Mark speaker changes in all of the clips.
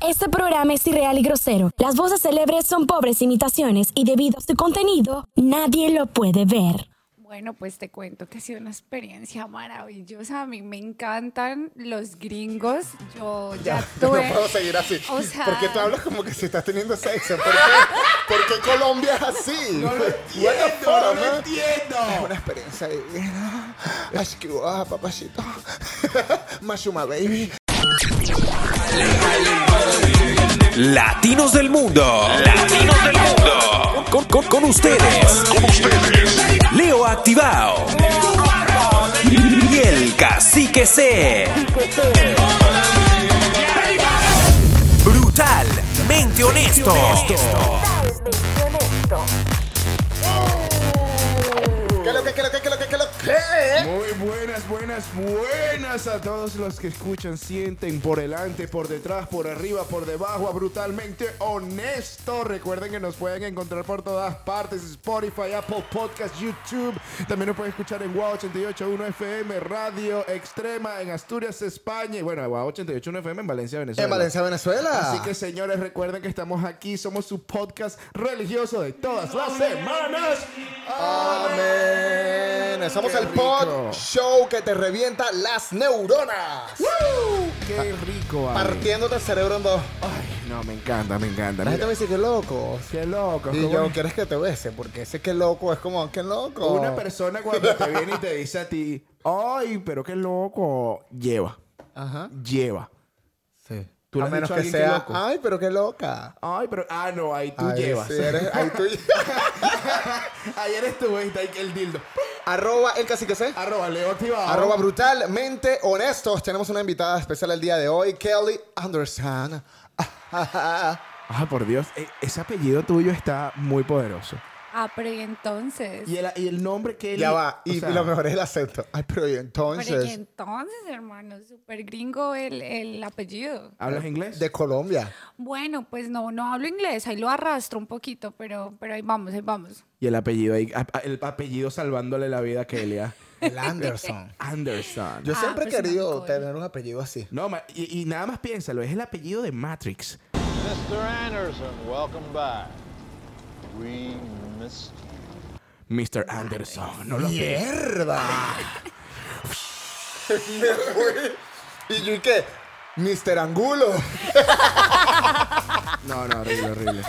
Speaker 1: Este programa es irreal y grosero. Las voces célebres son pobres imitaciones y debido a su contenido, nadie lo puede ver.
Speaker 2: Bueno, pues te cuento que ha sido una experiencia maravillosa. A mí me encantan los gringos. Yo ya, tuve.
Speaker 3: No puedo seguir así.
Speaker 2: O sea-
Speaker 3: ¿Por qué tú hablas como que si estás teniendo sexo? ¿Por qué, por qué Colombia es así? No lo entiendo, no lo entiendo. Es una experiencia divina. Así que guau, papacito. Mashuma baby.
Speaker 4: Latinos del Mundo. Latinos del Mundo. Con, con- con ustedes. Con ustedes. Leo Activado. Y el cacique C. Brutalmente honesto.
Speaker 3: ¿Qué lo que, qué lo que, qué lo que, qué lo que?
Speaker 5: Muy buenas, buenas, buenas a todos los que escuchan, sienten por delante, por detrás, por arriba, por debajo, a brutalmente honesto. Recuerden que nos pueden encontrar por todas partes, Spotify, Apple Podcast, YouTube. También nos pueden escuchar en Wow 881 FM, Radio Extrema, en Asturias, España. Y bueno, Wow 881 FM en Valencia, Venezuela.
Speaker 3: En Valencia, Venezuela.
Speaker 5: Así que señores, recuerden que estamos aquí, somos su podcast religioso de todas las semanas.
Speaker 3: Amén. Somos
Speaker 5: Qué
Speaker 3: el pod
Speaker 5: rico.
Speaker 3: show que te revienta las neuronas.
Speaker 5: Qué
Speaker 3: Ah,
Speaker 5: rico, Ale.
Speaker 3: Partiéndote el cerebro en dos.
Speaker 5: Ay, no, me encanta, me encanta.
Speaker 3: La gente
Speaker 5: Mira,
Speaker 3: me dice que loco.
Speaker 5: Qué loco.
Speaker 3: Y
Speaker 5: ¿cómo
Speaker 3: yo,
Speaker 5: es?
Speaker 3: ¿quieres que te bese? Porque ese que loco es como, qué loco.
Speaker 5: Una persona cuando te viene y te dice a ti, ay, pero qué loco, lleva,
Speaker 3: Ajá.
Speaker 5: lleva.
Speaker 3: Sí.
Speaker 5: ¿Tú le
Speaker 3: a
Speaker 5: has
Speaker 3: menos
Speaker 5: dicho a
Speaker 3: que
Speaker 5: alguien que
Speaker 3: sea,
Speaker 5: loco?
Speaker 3: ay, pero qué loca.
Speaker 5: Ay, pero, ah, no, ahí tú
Speaker 3: Ay,
Speaker 5: llevas.
Speaker 3: sí, eres- ahí tú
Speaker 5: Ayer estuve, está ahí el dildo.
Speaker 3: Arroba el cacique C.
Speaker 5: Arroba Leo activado.
Speaker 3: Arroba brutalmente honestos. Tenemos una invitada especial el día de hoy, Kelly Anderson.
Speaker 5: Ah, por Dios, e- ese apellido tuyo está muy poderoso.
Speaker 2: Ah, pero y entonces.
Speaker 5: Y el, y el nombre que él...
Speaker 3: ya va. Y,
Speaker 5: o sea,
Speaker 3: y lo mejor es el acento. Ay,
Speaker 2: Pero
Speaker 3: pero y
Speaker 2: y
Speaker 3: entonces,
Speaker 2: entonces, hermano, súper gringo el, el apellido.
Speaker 5: ¿Hablas inglés?
Speaker 3: de Colombia.
Speaker 2: Bueno, pues no, no hablo inglés, ahí lo arrastro un poquito, pero, pero ahí vamos, ahí vamos.
Speaker 5: Y el apellido ahí, a- a- el apellido salvándole la vida a Kelia.
Speaker 3: El Anderson.
Speaker 5: Anderson.
Speaker 3: Yo
Speaker 2: Ah,
Speaker 3: siempre he
Speaker 2: pues,
Speaker 3: querido
Speaker 2: Michael.
Speaker 3: tener un apellido así.
Speaker 5: No, ma- y, y nada más piénsalo, es el apellido de Matrix.
Speaker 6: Mr. Anderson, welcome back. We missed you.
Speaker 5: Mr. Anderson, no lo sé.
Speaker 3: ¡Mierda! Me fui. ¿Y yo y qué? Mr. Angulo.
Speaker 5: No, no, horrible, horrible.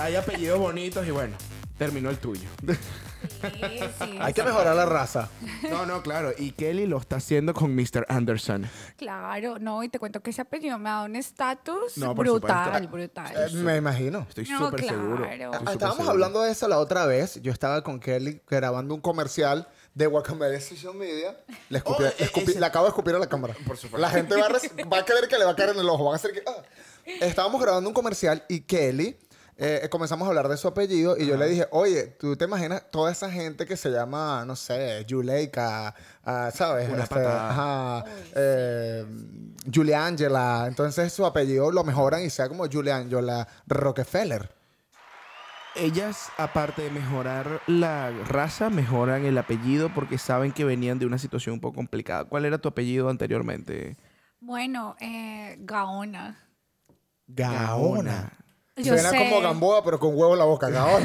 Speaker 5: Hay apellidos bonitos y bueno, terminó el tuyo.
Speaker 2: Sí, sí,
Speaker 3: Hay que mejorar la raza.
Speaker 5: No, no, claro. Y Kelly lo está haciendo con Mr. Anderson.
Speaker 2: claro, no, y te cuento que ese apellido me ha dado un estatus
Speaker 5: No, por
Speaker 2: brutal,
Speaker 5: supuesto.
Speaker 2: brutal.
Speaker 3: Eh, Me imagino.
Speaker 5: Estoy
Speaker 2: No,
Speaker 5: súper
Speaker 2: claro.
Speaker 5: seguro.
Speaker 2: Ah,
Speaker 5: Estoy súper
Speaker 3: Estábamos
Speaker 5: seguro.
Speaker 3: hablando de eso la otra vez. Yo estaba con Kelly grabando un comercial de Guacamole Social Media. Le, escupí-
Speaker 5: Oh,
Speaker 3: le
Speaker 5: eh,
Speaker 3: escupí-
Speaker 5: ese-
Speaker 3: le acabo de escupir a la cámara. Por supuesto. La gente va a, res- va a creer que le va a caer en el ojo. Van a hacer que. ah. Estábamos grabando un comercial y Kelly. eh, comenzamos a hablar de su apellido y yo le dije, oye, ¿tú te imaginas toda esa gente que se llama, no sé, Juleika, ah, ¿sabes?
Speaker 5: Una
Speaker 3: Este,
Speaker 5: patada.
Speaker 3: ajá, eh, Julia Angela. Entonces su apellido lo mejoran y sea como Julia Angela Rockefeller.
Speaker 5: Ellas, aparte de mejorar la raza, mejoran el apellido porque saben que venían de una situación un poco complicada. ¿Cuál era tu apellido anteriormente?
Speaker 2: Bueno, eh, Gaona.
Speaker 3: Gaona.
Speaker 2: Yo
Speaker 3: Suena
Speaker 2: sé.
Speaker 3: como Gamboa, pero con huevo en la boca, Gaona.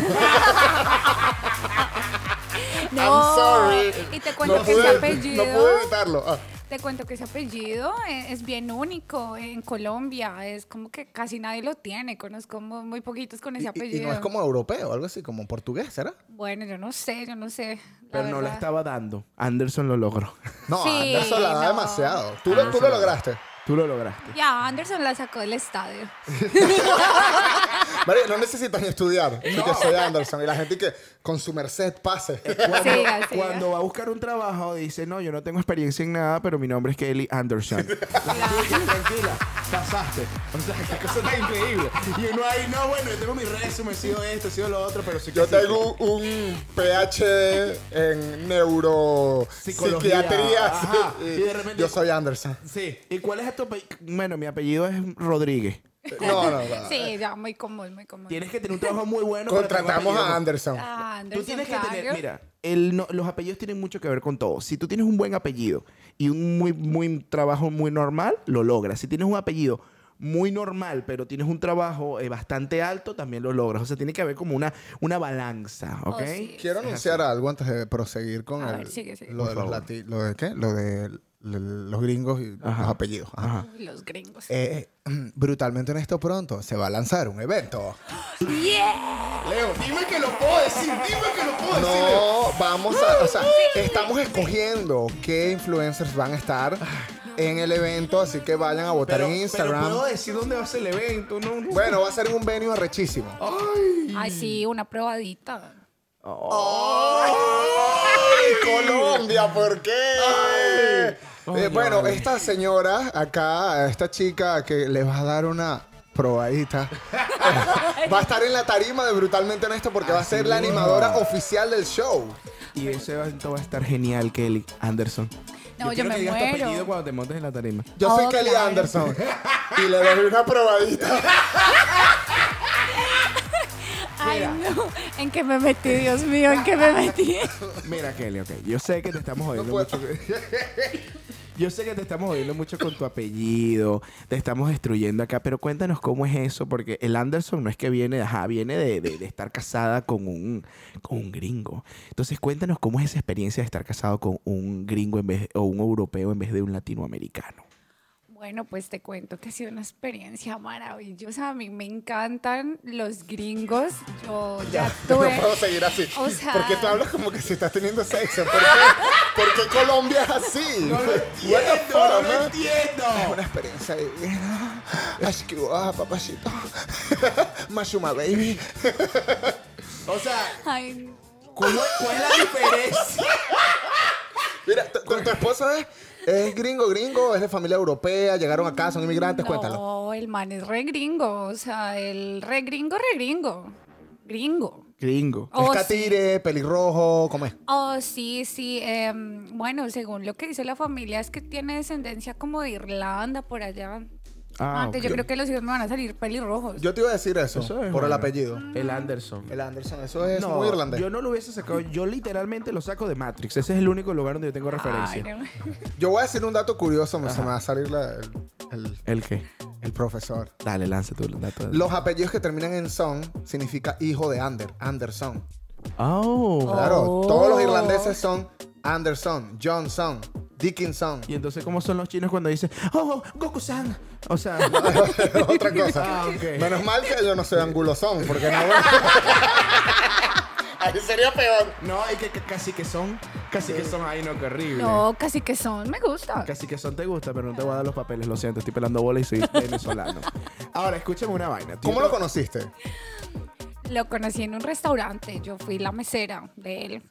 Speaker 2: No,
Speaker 3: sorry.
Speaker 2: Y te cuento que
Speaker 3: pude-
Speaker 2: ese apellido.
Speaker 3: No pude evitarlo. Ah,
Speaker 2: Te cuento que ese apellido eh, es bien único en Colombia, es como que casi nadie lo tiene, conozco mu- muy poquitos con ese
Speaker 3: y- y,
Speaker 2: apellido.
Speaker 3: y no es como europeo, algo así, como portugués, ¿será?
Speaker 2: Bueno, yo no sé, yo no sé. la
Speaker 5: Pero no la
Speaker 2: verdad.
Speaker 5: estaba dando. Anderson lo logró.
Speaker 3: No,
Speaker 2: Sí,
Speaker 3: eso la da
Speaker 2: no.
Speaker 3: demasiado. Tú, lo, tú lo lograste.
Speaker 5: Tú lo lograste.
Speaker 2: Ya, Anderson la sacó del estadio.
Speaker 3: María, no necesitas ni estudiar. Así que soy Anderson. Y la gente que con su merced pase.
Speaker 5: Cuando,
Speaker 2: Sí, así es.
Speaker 5: cuando va a buscar un trabajo, dice, no, yo no tengo experiencia en nada, pero mi nombre es Kelly Anderson. La gente dice, Tranquila, pasaste. O sea, qué cosa tan increíble. Y uno ahí, no, bueno, yo tengo mi resumen, he sido esto, he sido lo otro, pero sí que
Speaker 3: Yo
Speaker 5: sí".
Speaker 3: tengo un, un PhD en
Speaker 5: Psicología.
Speaker 3: neuropsiquiatría. sí.
Speaker 5: Ajá. Y de repente-
Speaker 3: Yo soy Anderson.
Speaker 5: Sí. ¿Y cuál es tu apellido? Bueno, mi apellido es Rodríguez.
Speaker 3: No, no, no.
Speaker 2: Sí, ya, muy común, muy común.
Speaker 5: Tienes que tener un trabajo muy bueno. para tener un
Speaker 3: Contratamos
Speaker 5: apellido.
Speaker 3: a Anderson.
Speaker 2: Ah, Anderson,
Speaker 5: Tú tienes que
Speaker 2: claro.
Speaker 5: tener, mira, el no- los apellidos tienen mucho que ver con todo. Si tú tienes un buen apellido y un muy, muy trabajo muy normal, lo logras. Si tienes un apellido muy normal, pero tienes un trabajo eh, bastante alto, también lo logras. O sea, tiene que haber como una, una balanza, ¿ok?
Speaker 2: Oh, sí.
Speaker 3: Quiero anunciar algo antes de proseguir con
Speaker 2: A
Speaker 3: el-
Speaker 2: ver, sigue, sigue.
Speaker 3: lo de los
Speaker 5: favor.
Speaker 3: lati- lo de qué? Lo de l- los gringos y los apellidos. Ajá.
Speaker 2: Uy, Los gringos.
Speaker 3: Eh, brutalmente honesto pronto, se va a lanzar un evento.
Speaker 5: Leo, dime que lo puedo decir, dime que lo puedo
Speaker 3: No, vamos a, o sea, estamos escogiendo qué influencers van a estar en el evento, así que vayan a votar
Speaker 5: Pero,
Speaker 3: en Instagram.
Speaker 5: pero puedo decir dónde va a ser el evento, ¿no? no.
Speaker 3: Bueno, va a ser en un venue arrechísimo.
Speaker 2: Ay,
Speaker 3: Mm.
Speaker 2: sí, una probadita.
Speaker 3: ¡Ay, Colombia! ¿Por qué? Eh, bueno, esta señora acá, esta chica que le va a dar una probadita. eh, va a estar en la tarima de Brutalmente Honesto porque va a ser la animadora oficial del show.
Speaker 5: Y ese evento va a estar genial, Kelly Anderson.
Speaker 2: No, yo
Speaker 5: quiero
Speaker 2: me
Speaker 5: que digas tu
Speaker 2: muero.
Speaker 5: apellido cuando te montes en la tarima.
Speaker 3: Yo soy
Speaker 2: Oh,
Speaker 3: Kelly
Speaker 2: claro.
Speaker 3: Anderson y le doy una probadita.
Speaker 2: Ay, no. ¿En qué me metí, Dios mío? ¿En qué me metí?
Speaker 5: Mira, Kelly, ok. Yo sé que te estamos jodiendo mucho. Yo sé que te estamos jodiendo mucho con tu apellido, te estamos destruyendo acá, pero cuéntanos cómo es eso, porque el Anderson no es que viene, ajá, viene de, de- de estar casada con un, con un gringo. Entonces, cuéntanos cómo es esa experiencia de estar casado con un gringo en vez, o un europeo en vez de un latinoamericano.
Speaker 2: Bueno, pues te cuento que ha sido una experiencia maravillosa. A mí me encantan los gringos. Yo ya,
Speaker 3: No
Speaker 2: tuve.
Speaker 3: puedo seguir así.
Speaker 2: O sea-
Speaker 3: Porque tú hablas como que si estás teniendo sexo. ¿Por qué, ¿Por qué Colombia es así? No
Speaker 5: entiendo!
Speaker 3: Es una experiencia divina. Así que guau, papacito. Mashuma baby.
Speaker 5: O sea,
Speaker 2: Ay, no.
Speaker 5: ¿cómo, ¿cuál es la diferencia?
Speaker 3: Mira, tu, tu- tu esposo es, es gringo, gringo, es de familia europea, llegaron acá, son inmigrantes, cuéntalo.
Speaker 2: No, el man es re gringo. O sea, el re gringo, re gringo. Gringo.
Speaker 5: Gringo.
Speaker 3: es
Speaker 2: Oh, sí.
Speaker 3: catire, pelirrojo, ¿cómo es?
Speaker 2: Oh, sí, sí. em, bueno, según lo que dice la familia, es que tiene descendencia como de Irlanda, por allá.
Speaker 5: Ah,
Speaker 2: Antes
Speaker 5: ok.
Speaker 2: yo creo que los hijos me van a salir pelirrojos.
Speaker 3: Yo te iba a decir eso,
Speaker 5: Eso
Speaker 3: por
Speaker 5: es
Speaker 3: el
Speaker 5: bueno.
Speaker 3: apellido.
Speaker 5: El Anderson.
Speaker 3: El Anderson, eso es muy irlandés.
Speaker 5: Yo no lo hubiese sacado. Yo literalmente lo saco de Matrix. Ese es el único lugar donde yo tengo referencia.
Speaker 2: Ay, no.
Speaker 3: Yo voy a decir un dato curioso, me- se me va a salir la- el, el-
Speaker 5: ¿El qué?
Speaker 3: el profesor.
Speaker 5: Dale, lanza tú el dato.
Speaker 3: Los apellidos que terminan en son significa hijo de Ander, Anderson.
Speaker 5: Oh.
Speaker 3: Claro,
Speaker 2: Oh.
Speaker 3: todos los irlandeses son Anderson, Johnson, Dickinson.
Speaker 5: Y entonces, ¿cómo son los chinos cuando dicen, oh, Goku-san? O sea,
Speaker 3: Otra cosa.
Speaker 5: Ah, ok.
Speaker 3: Menos mal que yo no soy angulosón, porque no. Ahí sería peor.
Speaker 5: no, y que, que casi que son, casi que son, ay, no, qué horrible.
Speaker 2: No, casi que son, me gusta.
Speaker 5: Casi que son te gusta, pero no te voy a dar los papeles, lo siento, estoy pelando bola y soy venezolano. Ahora, escúchame una vaina. tío.
Speaker 3: ¿Cómo lo conociste?
Speaker 2: Lo conocí en un restaurante, yo fui la mesera de él.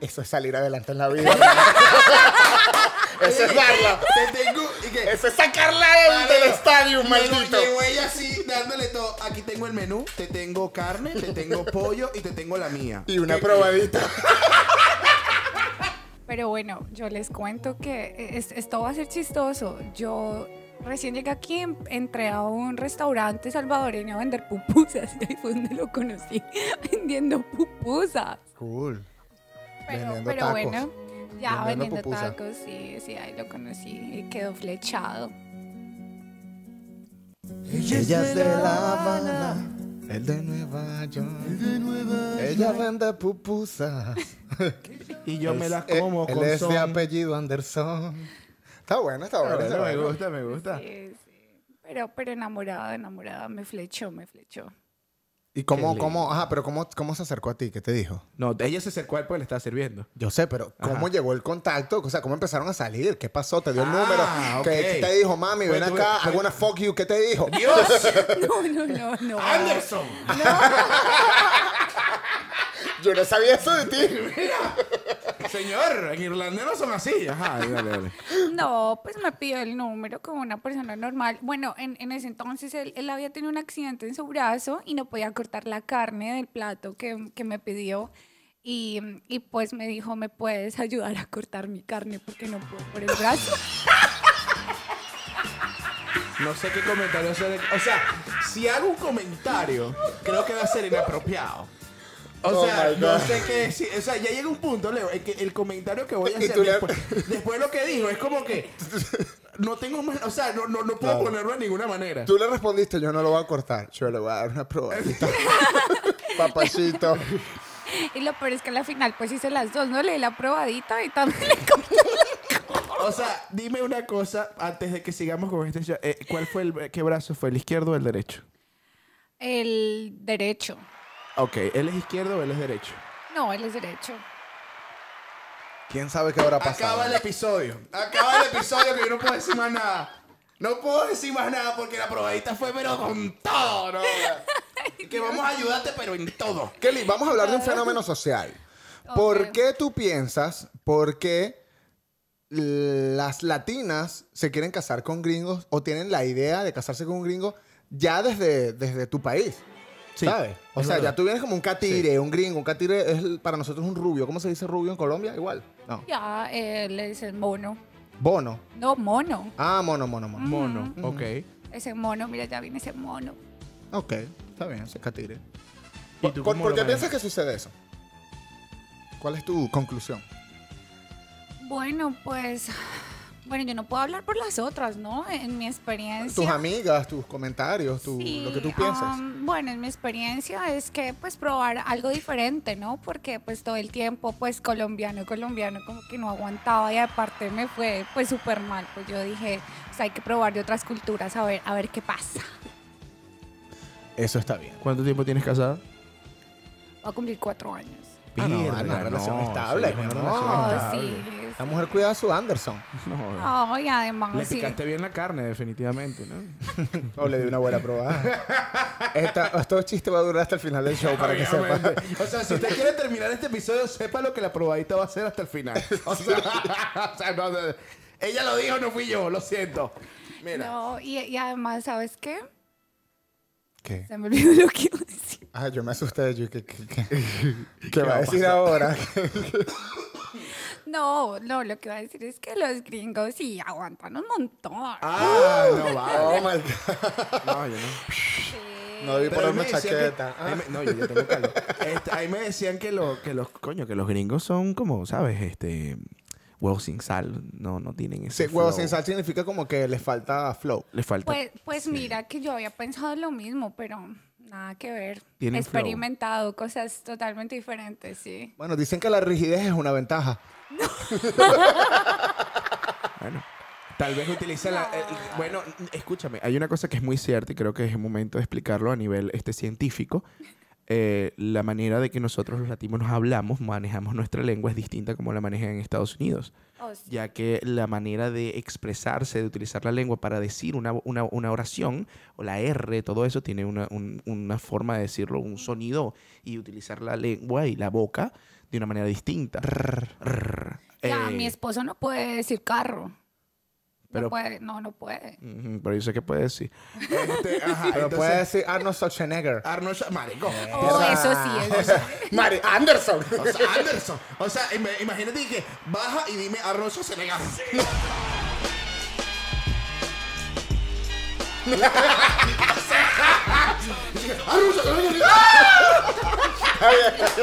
Speaker 3: Eso es salir adelante en la vida. Eso es darla.
Speaker 5: Te tengo, y que,
Speaker 3: Eso es sacarla del, del estadio,
Speaker 5: Me lo
Speaker 3: maldito.
Speaker 5: llevo ella así, dándole todo. Aquí tengo el menú, te tengo carne, te tengo pollo y te tengo la mía.
Speaker 3: Y una probadita.
Speaker 2: Pero bueno, yo les cuento que eh, es- esto va a ser chistoso. Yo recién llegué aquí, em- entré a un restaurante salvadoreño a vender pupusas y ahí fue donde lo conocí, vendiendo pupusas.
Speaker 3: Cool.
Speaker 2: Pero,
Speaker 3: Vendiendo
Speaker 2: pero
Speaker 3: tacos.
Speaker 2: bueno, ya
Speaker 3: Vendiendo
Speaker 2: vendiendo,
Speaker 3: pupusas.
Speaker 2: tacos, sí, sí, ahí lo conocí y quedó flechado.
Speaker 3: Ella es de La Habana, él de Nueva York. Ella vende pupusas.
Speaker 5: Y yo me las
Speaker 3: Eh,
Speaker 5: como
Speaker 3: él
Speaker 5: con
Speaker 3: es de
Speaker 5: son.
Speaker 3: apellido Anderson. Está bueno, está bueno. está
Speaker 5: me
Speaker 3: bueno.
Speaker 5: gusta, me gusta.
Speaker 2: Sí, sí. Pero, pero enamorada, enamorada, me flechó, me flechó.
Speaker 3: ¿Y
Speaker 5: Qué
Speaker 3: cómo,
Speaker 5: lindo.
Speaker 3: cómo, ajá, pero cómo, cómo se acercó a ti? ¿Qué te dijo?
Speaker 5: No, ella se acercó al porque le estaba sirviendo.
Speaker 3: Yo sé, pero ¿cómo
Speaker 5: Ajá.
Speaker 3: llegó el contacto? O sea, ¿cómo empezaron a salir? ¿Qué pasó? ¿Te dio el
Speaker 5: Ah,
Speaker 3: número? ¿Qué,
Speaker 5: ok.
Speaker 3: qué te dijo, mami? Ven
Speaker 5: Fue tu-
Speaker 3: acá,
Speaker 5: fue-
Speaker 3: hago una fuck you. ¿Qué te dijo?
Speaker 2: No, no, no, no.
Speaker 5: ¡Anderson!
Speaker 3: Yo no sabía eso de ti.
Speaker 5: Señor, en Irlanda no son así. Ajá, dale, dale.
Speaker 2: No, pues me pidió el número como una persona normal. Bueno, en, en ese entonces él, él había tenido un accidente en su brazo y no podía cortar la carne del plato que, que me pidió. Y, y pues me dijo, ¿me puedes ayudar a cortar mi carne? Porque no puedo por el brazo.
Speaker 5: No sé qué comentario hacer. O sea, si hago un comentario, creo que va a ser inapropiado. O
Speaker 3: Oh
Speaker 5: sea,
Speaker 3: my
Speaker 5: no
Speaker 3: God.
Speaker 5: sé qué decir. O sea, ya llega un punto, Leo, en que el comentario que voy a
Speaker 3: Y
Speaker 5: hacer
Speaker 3: tú le-
Speaker 5: después, después lo que digo es como que no tengo más, o sea, no, no, no puedo ponerlo de ninguna manera.
Speaker 3: Tú le respondiste, yo no lo voy a cortar. Yo le voy a dar una probadita. Papachito.
Speaker 2: Y lo peor es que a la final pues hice las dos, ¿no? Le di la probadita y también le corté la cola.
Speaker 5: O sea, dime una cosa antes de que sigamos con este show. Eh, ¿Cuál fue el, qué brazo fue, el izquierdo o el derecho?
Speaker 2: El derecho.
Speaker 5: Ok, ¿él es izquierdo o él es derecho?
Speaker 2: No, él es derecho.
Speaker 3: ¿Quién sabe qué habrá pasado?
Speaker 5: Acaba el episodio. Acaba el episodio que yo no puedo decir más nada. No puedo decir más nada porque la probadita fue pero con todo, ¿no? Que vamos a ayudarte pero en todo.
Speaker 3: Kelly, vamos a hablar de un fenómeno social. ¿Por qué tú piensas, por qué las latinas se quieren casar con gringos o tienen la idea de casarse con un gringo ya desde, desde tu país?
Speaker 5: Sí,
Speaker 3: ¿Sabes? O
Speaker 5: es
Speaker 3: sea,
Speaker 5: verdad.
Speaker 3: ya tú vienes como un catire, un gringo. Un catire es el- para nosotros un rubio. ¿Cómo se dice rubio en Colombia? Igual. No.
Speaker 2: Ya, eh, le dicen mono.
Speaker 3: Bono.
Speaker 2: No, mono.
Speaker 3: Ah, mono, mono, mono.
Speaker 5: Mono, ok.
Speaker 2: Ese mono, mira, ya viene ese mono.
Speaker 3: Ok, está bien, se catire.
Speaker 5: ¿Y
Speaker 3: ¿Por,
Speaker 5: tú
Speaker 3: por-
Speaker 5: cómo
Speaker 3: por
Speaker 5: lo
Speaker 3: qué
Speaker 5: manejas?
Speaker 3: piensas que sucede eso? ¿Cuál es tu conclusión?
Speaker 2: Bueno, pues... Bueno, yo no puedo hablar por las otras, ¿no? En mi experiencia...
Speaker 3: Tus amigas, tus comentarios, tu- lo que tú
Speaker 2: Sí, um,
Speaker 3: piensas.
Speaker 2: am, bueno, en mi experiencia es que pues probar algo diferente, ¿no? Porque pues todo el tiempo pues colombiano, colombiano como que no aguantaba y aparte me fue pues súper mal. Pues yo dije, pues hay que probar de otras culturas a ver, a ver qué pasa.
Speaker 3: Eso está bien.
Speaker 5: ¿Cuánto tiempo tienes casada?
Speaker 2: Va a cumplir cuatro años.
Speaker 3: Ah, no,
Speaker 5: Pierda,
Speaker 3: una relación
Speaker 5: no,
Speaker 3: estable,
Speaker 5: sí, una
Speaker 3: no.
Speaker 5: relación
Speaker 2: Oh,
Speaker 5: estable.
Speaker 2: sí.
Speaker 3: La mujer cuida a su Anderson.
Speaker 5: No,
Speaker 2: Oh, y además
Speaker 5: le
Speaker 2: sí.
Speaker 5: picaste bien la carne, definitivamente, ¿no?
Speaker 3: O le di una buena probada. Esta, este chiste va a durar hasta el final del show para que sepa.
Speaker 5: Obviamente. O sea, si usted quiere terminar este episodio, sepa lo que la probadita va a hacer hasta el final. O sea, o sea, no, no, no. ella lo dijo, no fui yo, lo siento. Mira.
Speaker 2: No, y, y además, ¿sabes qué?
Speaker 3: ¿Qué?
Speaker 2: Se me olvidó lo que iba a decir.
Speaker 3: Ah, yo me asusté. Yo, ¿qué, qué, qué, qué va a decir ahora?
Speaker 2: No, no, lo que iba a decir es que los gringos sí aguantan un montón.
Speaker 5: Ah, no, vale.
Speaker 3: Oh my God.
Speaker 5: No, yo no.
Speaker 3: No debí
Speaker 5: Pero ahí me
Speaker 3: ponerme
Speaker 5: decían que-
Speaker 3: chaqueta. Ah.
Speaker 5: ahí me- no, yo ya tengo calor. Este, ahí me decían que, lo- que los coño, que los gringos son como, ¿sabes? Este huevos sin sal, no, no tienen ese
Speaker 3: Sí, huevo
Speaker 5: flow.
Speaker 3: sin sal significa como que le falta flow.
Speaker 5: Les falta.
Speaker 2: Pues, pues mira que yo había pensado lo mismo, pero nada que ver. He
Speaker 5: Tienen flow.
Speaker 2: experimentado cosas totalmente diferentes, sí.
Speaker 3: Bueno, dicen que la rigidez es una ventaja.
Speaker 5: Bueno, tal vez utiliza la. el- bueno, escúchame, hay una cosa que es muy cierta y creo que es el momento de explicarlo a nivel este, científico. Eh, la manera de que nosotros los latinos nos hablamos, manejamos nuestra lengua es distinta como la manejan en Estados Unidos,
Speaker 2: Oh, sí.
Speaker 5: ya que la manera de expresarse, de utilizar la lengua para decir una, una- una oración, o la R, todo eso tiene una, un- una forma de decirlo, un sonido, y utilizar la lengua y la boca de una manera distinta. Rrr.
Speaker 2: Ya,
Speaker 5: Eh,
Speaker 2: mi esposo no puede decir carro.
Speaker 5: pero-
Speaker 2: no puede, no, no puede.
Speaker 5: ujú, pero yo sé que puede decir. Este, ajá,
Speaker 3: Pero
Speaker 5: entonces-
Speaker 3: puede decir Arnold Schwarzenegger.
Speaker 5: Arnold Schwarzenegger.
Speaker 2: Oh, eso sí, eso sí.
Speaker 3: Mari Anderson.
Speaker 5: O sea, Anderson. O sea, im- imagínate que baja y dime Arnold Schwarzenegger. Arnold Schwarzenegger.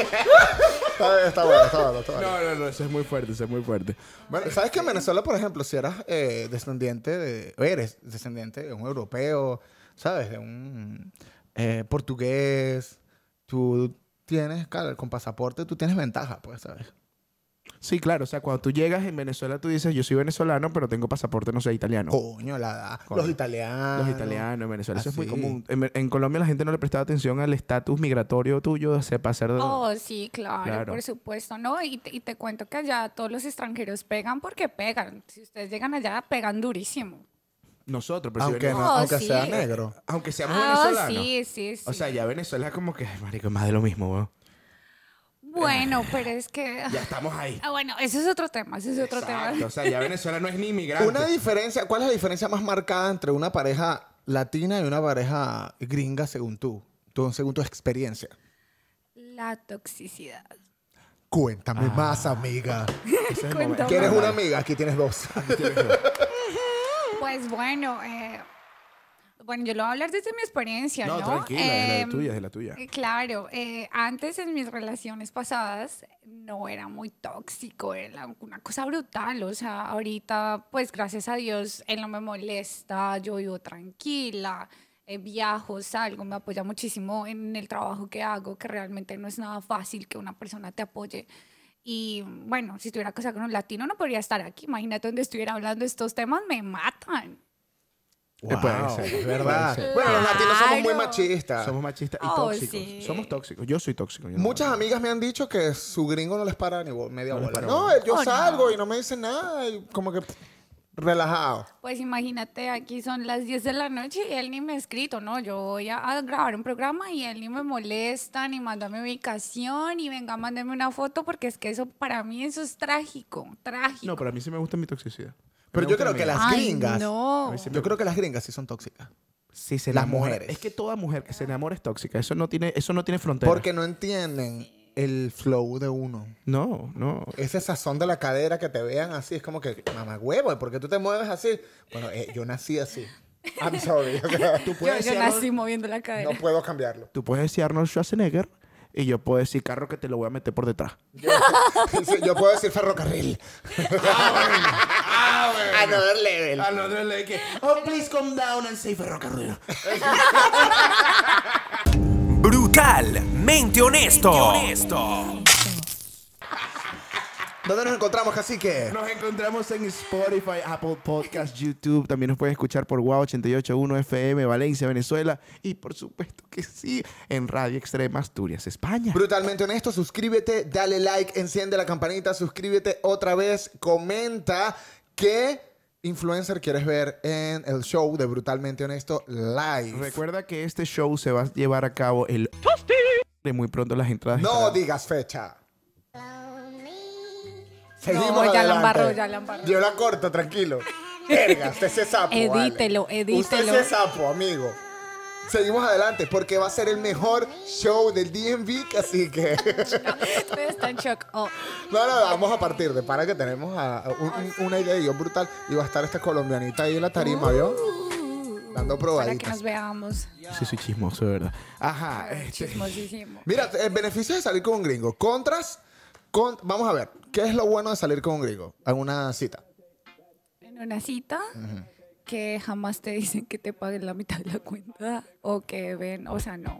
Speaker 3: está, bien, está bueno, está bueno, está bueno.
Speaker 5: No, no, no, eso es muy fuerte, eso es muy fuerte.
Speaker 3: Bueno, ¿sabes que en Venezuela, por ejemplo, si eras eh, descendiente de, o eres descendiente de un europeo, ¿sabes? De un eh, portugués, tú tienes, claro, con pasaporte tú tienes ventaja, pues, ¿sabes?
Speaker 5: Sí, claro, o sea, cuando tú llegas en Venezuela, tú dices, yo soy venezolano, pero tengo pasaporte, no sé, italiano.
Speaker 2: Oh,
Speaker 3: Coño, la edad.
Speaker 5: Coño.
Speaker 3: Los italianos.
Speaker 5: Los italianos en Venezuela, eso es muy
Speaker 3: Así.
Speaker 5: común. En, en Colombia la gente no le prestaba atención al estatus migratorio tuyo, o sea, pasar de...
Speaker 2: Oh, sí, claro,
Speaker 5: Claro.
Speaker 2: por supuesto, ¿no? Y te, y te cuento que allá todos los extranjeros pegan porque pegan. Si ustedes llegan allá, pegan durísimo.
Speaker 5: Nosotros, pero si
Speaker 3: Aunque,
Speaker 5: venimos-
Speaker 3: no,
Speaker 2: Oh,
Speaker 3: aunque
Speaker 2: sí.
Speaker 3: sea negro.
Speaker 5: aunque seamos
Speaker 2: Ah,
Speaker 5: venezolanos.
Speaker 2: sí, sí, sí.
Speaker 5: O sea, ya Venezuela es como que, "Ay, marico, es más de lo mismo, weón.
Speaker 2: bueno, pero es que...
Speaker 5: Ya estamos ahí.
Speaker 2: Ah, bueno, eso es otro tema, eso es otro tema.
Speaker 5: Exacto, o sea, ya Venezuela no es ni inmigrante.
Speaker 3: Una diferencia, ¿cuál es la diferencia más marcada entre una pareja latina y una pareja gringa según tú? Tú, según tu experiencia.
Speaker 2: La toxicidad.
Speaker 3: Cuéntame
Speaker 2: Ah.
Speaker 3: más, amiga.
Speaker 5: Ese es el
Speaker 2: Cuéntame.
Speaker 5: momento.
Speaker 3: ¿Quieres una amiga? Aquí tienes dos.
Speaker 2: Pues bueno, eh, Bueno, yo lo voy a hablar desde mi experiencia, ¿no?
Speaker 5: No, tranquila, es la de
Speaker 2: Em,
Speaker 5: tuya, es la tuya.
Speaker 2: eh, Claro, eh, antes en mis relaciones pasadas no era muy tóxico, era una cosa brutal, o sea, ahorita pues gracias a Dios él no me molesta, yo vivo tranquila, eh, viajo, salgo, me apoya muchísimo en el trabajo que hago, que realmente no es nada fácil que una persona te apoye. Y bueno, si tuviera cosa con un latino no podría estar aquí, imagínate donde estuviera hablando estos temas, me matan.
Speaker 5: Wow.
Speaker 3: puede ser, es verdad. Bueno, los latinos somos muy machistas.
Speaker 5: Somos machistas y
Speaker 2: Oh,
Speaker 5: tóxicos.
Speaker 2: sí.
Speaker 5: Somos tóxicos. Yo soy tóxico. yo no-
Speaker 3: Muchas amigas me han dicho que su gringo no les para ni bo- media
Speaker 5: No les
Speaker 3: bola.
Speaker 5: para
Speaker 3: No,
Speaker 5: bola.
Speaker 3: yo
Speaker 2: Oh, no.
Speaker 3: salgo y no me dicen nada. y como que pff, relajado.
Speaker 2: Pues imagínate, aquí son las 10 de la noche y él ni me ha escrito, ¿no? Yo voy a, a grabar un programa y él ni me molesta, ni manda mi ubicación, y venga, mándeme una foto, porque es que eso para mí eso es trágico, trágico.
Speaker 5: No, pero a mí sí me gusta mi toxicidad.
Speaker 3: Pero
Speaker 5: Me
Speaker 3: yo
Speaker 5: gusta
Speaker 3: creo
Speaker 5: mi
Speaker 3: que
Speaker 5: vida.
Speaker 3: las
Speaker 2: Ay,
Speaker 3: gringas.
Speaker 2: no. A mí sí
Speaker 3: Yo creo que las gringas sí son tóxicas.
Speaker 5: Sí, se
Speaker 3: las
Speaker 5: enamora.
Speaker 3: mujeres.
Speaker 5: Es que toda mujer que se enamora es tóxica. Eso no tiene, eso no tiene frontera.
Speaker 3: Porque no entienden el flow de uno.
Speaker 5: No, no.
Speaker 3: Ese sazón de la cadera que te vean así es como que, mamá huevo, ¿por qué tú te mueves así? Bueno, eh, yo nací así. I'm sorry. o sea,
Speaker 5: Tú
Speaker 2: yo,
Speaker 5: puedes,
Speaker 2: yo
Speaker 5: decir
Speaker 2: nací
Speaker 5: Arnold,
Speaker 2: moviendo la cadera.
Speaker 3: no puedo cambiarlo.
Speaker 5: tú puedes decir Arnold Schwarzenegger y yo puedo decir carro que te lo voy a meter por detrás.
Speaker 3: Yo, sí, yo puedo decir ferrocarril.
Speaker 5: Ah,
Speaker 3: Another level.
Speaker 5: Al otro le dije, oh, please come down and say ferrocarril.
Speaker 4: Brutalmente honesto.
Speaker 3: ¿Dónde nos encontramos, cacique?
Speaker 5: Nos encontramos en Spotify, Apple Podcast, YouTube. También nos pueden escuchar por Wow 881 FM, Valencia, Venezuela. Y por supuesto que sí, en Radio Extrema Asturias, España.
Speaker 3: Brutalmente honesto, suscríbete, dale like, enciende la campanita, suscríbete otra vez, comenta qué influencer quieres ver en el show de Brutalmente Honesto Live.
Speaker 5: Recuerda que este show se va a llevar a cabo el de muy pronto las entradas.
Speaker 3: no
Speaker 5: estarán-
Speaker 3: digas fecha.
Speaker 2: No, ya la
Speaker 3: adelante.
Speaker 2: embarró, ya la embarró.
Speaker 3: Yo la corto, tranquilo. Verga, usted se sapo. vale.
Speaker 2: Edítelo, edítelo.
Speaker 3: Usted se sapo, amigo. Seguimos adelante porque va a ser el mejor show del DMV, así que.
Speaker 2: Ustedes están en shock. Oh,
Speaker 3: No, no, vamos a partir de para que tenemos a- a un- un- una idea de guión brutal y va a estar esta colombianita ahí en la tarima, ¿vio? Dando
Speaker 2: para que
Speaker 3: probaditas. eh,
Speaker 2: nos veamos.
Speaker 5: Sí, soy chismoso, de verdad. Ajá. este,
Speaker 2: Chismosísimo.
Speaker 3: Mira, el beneficio de salir con un gringo. Contras, con- vamos a ver, ¿qué es lo bueno de salir con un gringo a una cita?
Speaker 2: En una cita. Que jamás te dicen que te paguen la mitad de la cuenta o que ven, o sea, no,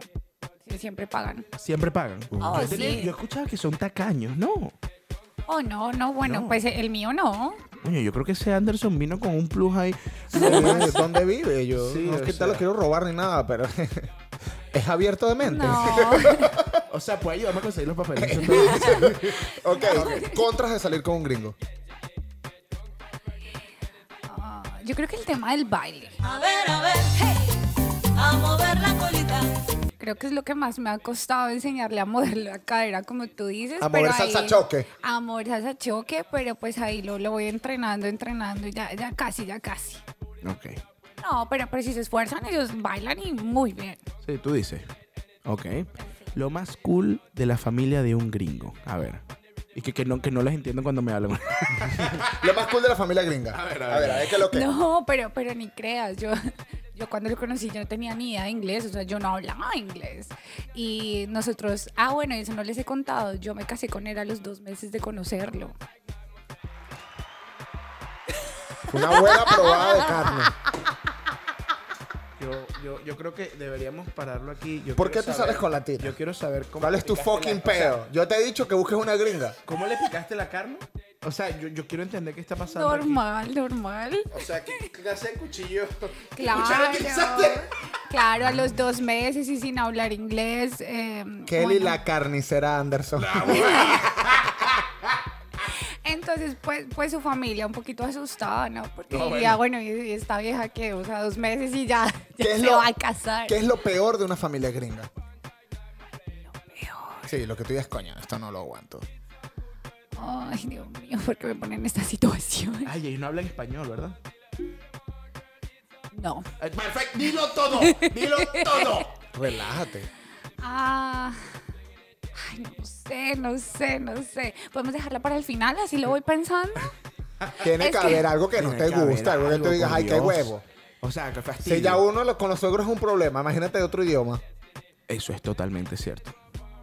Speaker 2: Sí, siempre pagan.
Speaker 5: Siempre pagan.
Speaker 2: Oh,
Speaker 5: yo, tenía-
Speaker 2: sí.
Speaker 5: yo escuchaba que son tacaños. No.
Speaker 2: Oh, no, no, bueno,
Speaker 5: No.
Speaker 2: pues el mío no.
Speaker 5: Coño, yo creo que ese Anderson vino con un plus ahí.
Speaker 3: ¿Dónde vive? Yo
Speaker 5: Sí,
Speaker 3: no es
Speaker 5: o
Speaker 3: que
Speaker 5: sea.
Speaker 3: te lo quiero robar ni nada, pero es abierto de mente.
Speaker 2: No.
Speaker 5: O sea, pues ayudarme a conseguir los papeles. eso es todo.
Speaker 3: Ok, ok. contras de salir con un gringo.
Speaker 2: Ah, Yo creo que el tema del baile.
Speaker 7: A ver, a ver, hey, a mover la colita.
Speaker 2: Creo que es lo que más me ha costado enseñarle a mover la cadera, como tú dices.
Speaker 3: A
Speaker 2: pero
Speaker 3: mover salsa
Speaker 2: ahí-
Speaker 3: choque.
Speaker 2: A mover salsa choque, pero pues ahí lo, lo voy entrenando, entrenando, y ya, ya casi, ya casi.
Speaker 5: ok.
Speaker 2: No, pero, pero si se esfuerzan, ellos bailan y muy bien.
Speaker 5: Sí, tú dices. Ok. Lo más cool de la familia de un gringo. A ver. Y que, que no, que no las entiendo cuando me hablan.
Speaker 3: Lo más cool de la familia gringa. A ver, a ver, a ver, ¿qué es lo que.
Speaker 2: No, pero, pero ni creas, yo, yo cuando lo conocí yo no tenía ni idea de inglés, o sea, yo no hablaba inglés. Y nosotros, ah, bueno, eso no les he contado, yo me casé con él a los dos meses de conocerlo.
Speaker 3: Una buena probada de carne.
Speaker 5: Yo, yo, yo creo que deberíamos pararlo aquí. Yo
Speaker 3: ¿Por
Speaker 5: quiero
Speaker 3: qué tú sales con la tira?
Speaker 5: Yo quiero saber cómo.
Speaker 3: ¿Cuál
Speaker 5: le
Speaker 3: es tu
Speaker 5: picaste la-
Speaker 3: fucking
Speaker 5: o sea,
Speaker 3: pedo? Yo te he dicho que busques una gringa.
Speaker 5: ¿Cómo le picaste la carne? O sea, yo, yo quiero entender qué está pasando. aquí.
Speaker 2: Normal, normal.
Speaker 5: O sea, ¿qué clase de cuchillo?
Speaker 2: Claro. Claro, a los dos meses y sin hablar inglés. eh,
Speaker 3: Kelly
Speaker 2: bueno.
Speaker 3: la carnicera Anderson.
Speaker 2: Entonces, pues, pues su familia un poquito asustada, ¿no? Porque diría, bueno, y, y esta vieja que, o sea, dos meses y ya, ya
Speaker 3: ¿Qué es
Speaker 2: se
Speaker 3: lo-
Speaker 2: va a casar.
Speaker 3: ¿Qué es lo peor de una familia gringa? Lo peor. Sí, lo que tú digas, coño, esto no lo aguanto.
Speaker 2: Ay, Dios mío, ¿por qué me ponen en esta situación?
Speaker 5: Ay, ellos no hablan español, ¿verdad?
Speaker 2: No.
Speaker 5: Perfecto, dilo todo, dilo todo.
Speaker 3: Relájate.
Speaker 2: Ah. Ay, no sé, no sé, no sé. ¿Podemos dejarla para el final? Así lo voy pensando.
Speaker 3: Tiene
Speaker 2: Es
Speaker 3: que
Speaker 2: que-
Speaker 3: haber algo que no
Speaker 5: Tiene
Speaker 3: te
Speaker 5: que haber
Speaker 3: gusta, algo que tú
Speaker 5: algo,
Speaker 3: digas,
Speaker 5: por
Speaker 3: ay, qué
Speaker 5: Dios".
Speaker 3: huevo.
Speaker 5: O sea, qué fastidio.
Speaker 3: Si ya uno lo- con los suegros es un problema, imagínate de otro idioma.
Speaker 5: Eso es totalmente cierto.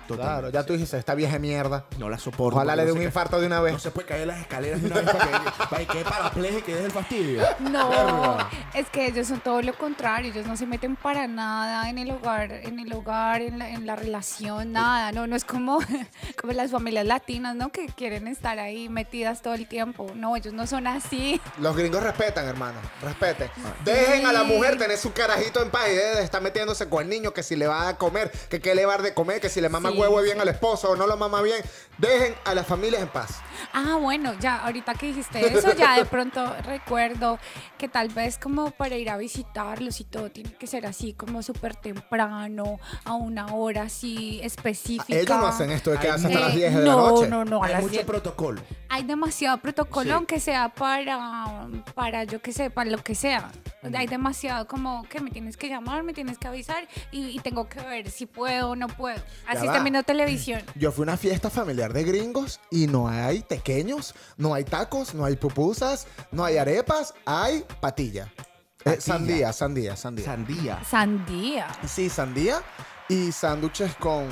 Speaker 3: Claro, ya tú dijiste, esta vieja mierda.
Speaker 5: No la soporto.
Speaker 3: Ojalá
Speaker 5: porque
Speaker 3: le dé
Speaker 5: no
Speaker 3: un
Speaker 5: se ca-
Speaker 3: infarto de una
Speaker 5: No
Speaker 3: vez.
Speaker 5: se puede caer las escaleras de una vez para que, para que parapleje que deje el fastidio.
Speaker 2: No,
Speaker 5: Verga.
Speaker 2: es que ellos son todo lo contrario, ellos no se meten para nada en el hogar, en el hogar, en la, en la relación, nada, no, no es como, como las familias latinas, ¿no? Que quieren estar ahí metidas todo el tiempo, no, ellos no son así.
Speaker 3: Los gringos respetan, hermano. Respeten.
Speaker 2: Ah.
Speaker 3: Dejen a la mujer tener su carajito en paz y dejen de estar metiéndose con el niño que si le va a comer, que qué le va a dar de comer, que si le mama
Speaker 2: Sí,
Speaker 3: huevo
Speaker 2: sí.
Speaker 3: bien al esposo o no lo mama bien. Dejen a las familias en paz.
Speaker 2: Ah, bueno, ya ahorita que dijiste eso, ya de pronto recuerdo que tal vez como para ir a visitarlos y todo tiene que ser así como súper temprano, a una hora así específica.
Speaker 3: Ellos no hacen esto de quedarse hasta
Speaker 2: Eh,
Speaker 3: las 10
Speaker 2: no,
Speaker 3: de la noche.
Speaker 2: No, no, a
Speaker 5: Hay
Speaker 2: las
Speaker 5: mucho
Speaker 2: 10.
Speaker 5: protocolo.
Speaker 2: Hay demasiado protocolo,
Speaker 5: Sí.
Speaker 2: aunque sea para, para yo que sé, para lo que sea. Hay demasiado como que me tienes que llamar, me tienes que avisar y, y tengo que ver si puedo o no puedo. Así
Speaker 3: va.
Speaker 2: está viendo televisión.
Speaker 3: Yo fui a una fiesta familiar de gringos y no hay tequeños, no hay tacos, no hay pupusas, no hay arepas, hay patilla. Eh,
Speaker 5: Patilla.
Speaker 3: sandía, sandía, sandía.
Speaker 5: Sandía.
Speaker 2: Sandía.
Speaker 3: sí, sandía y sándwiches con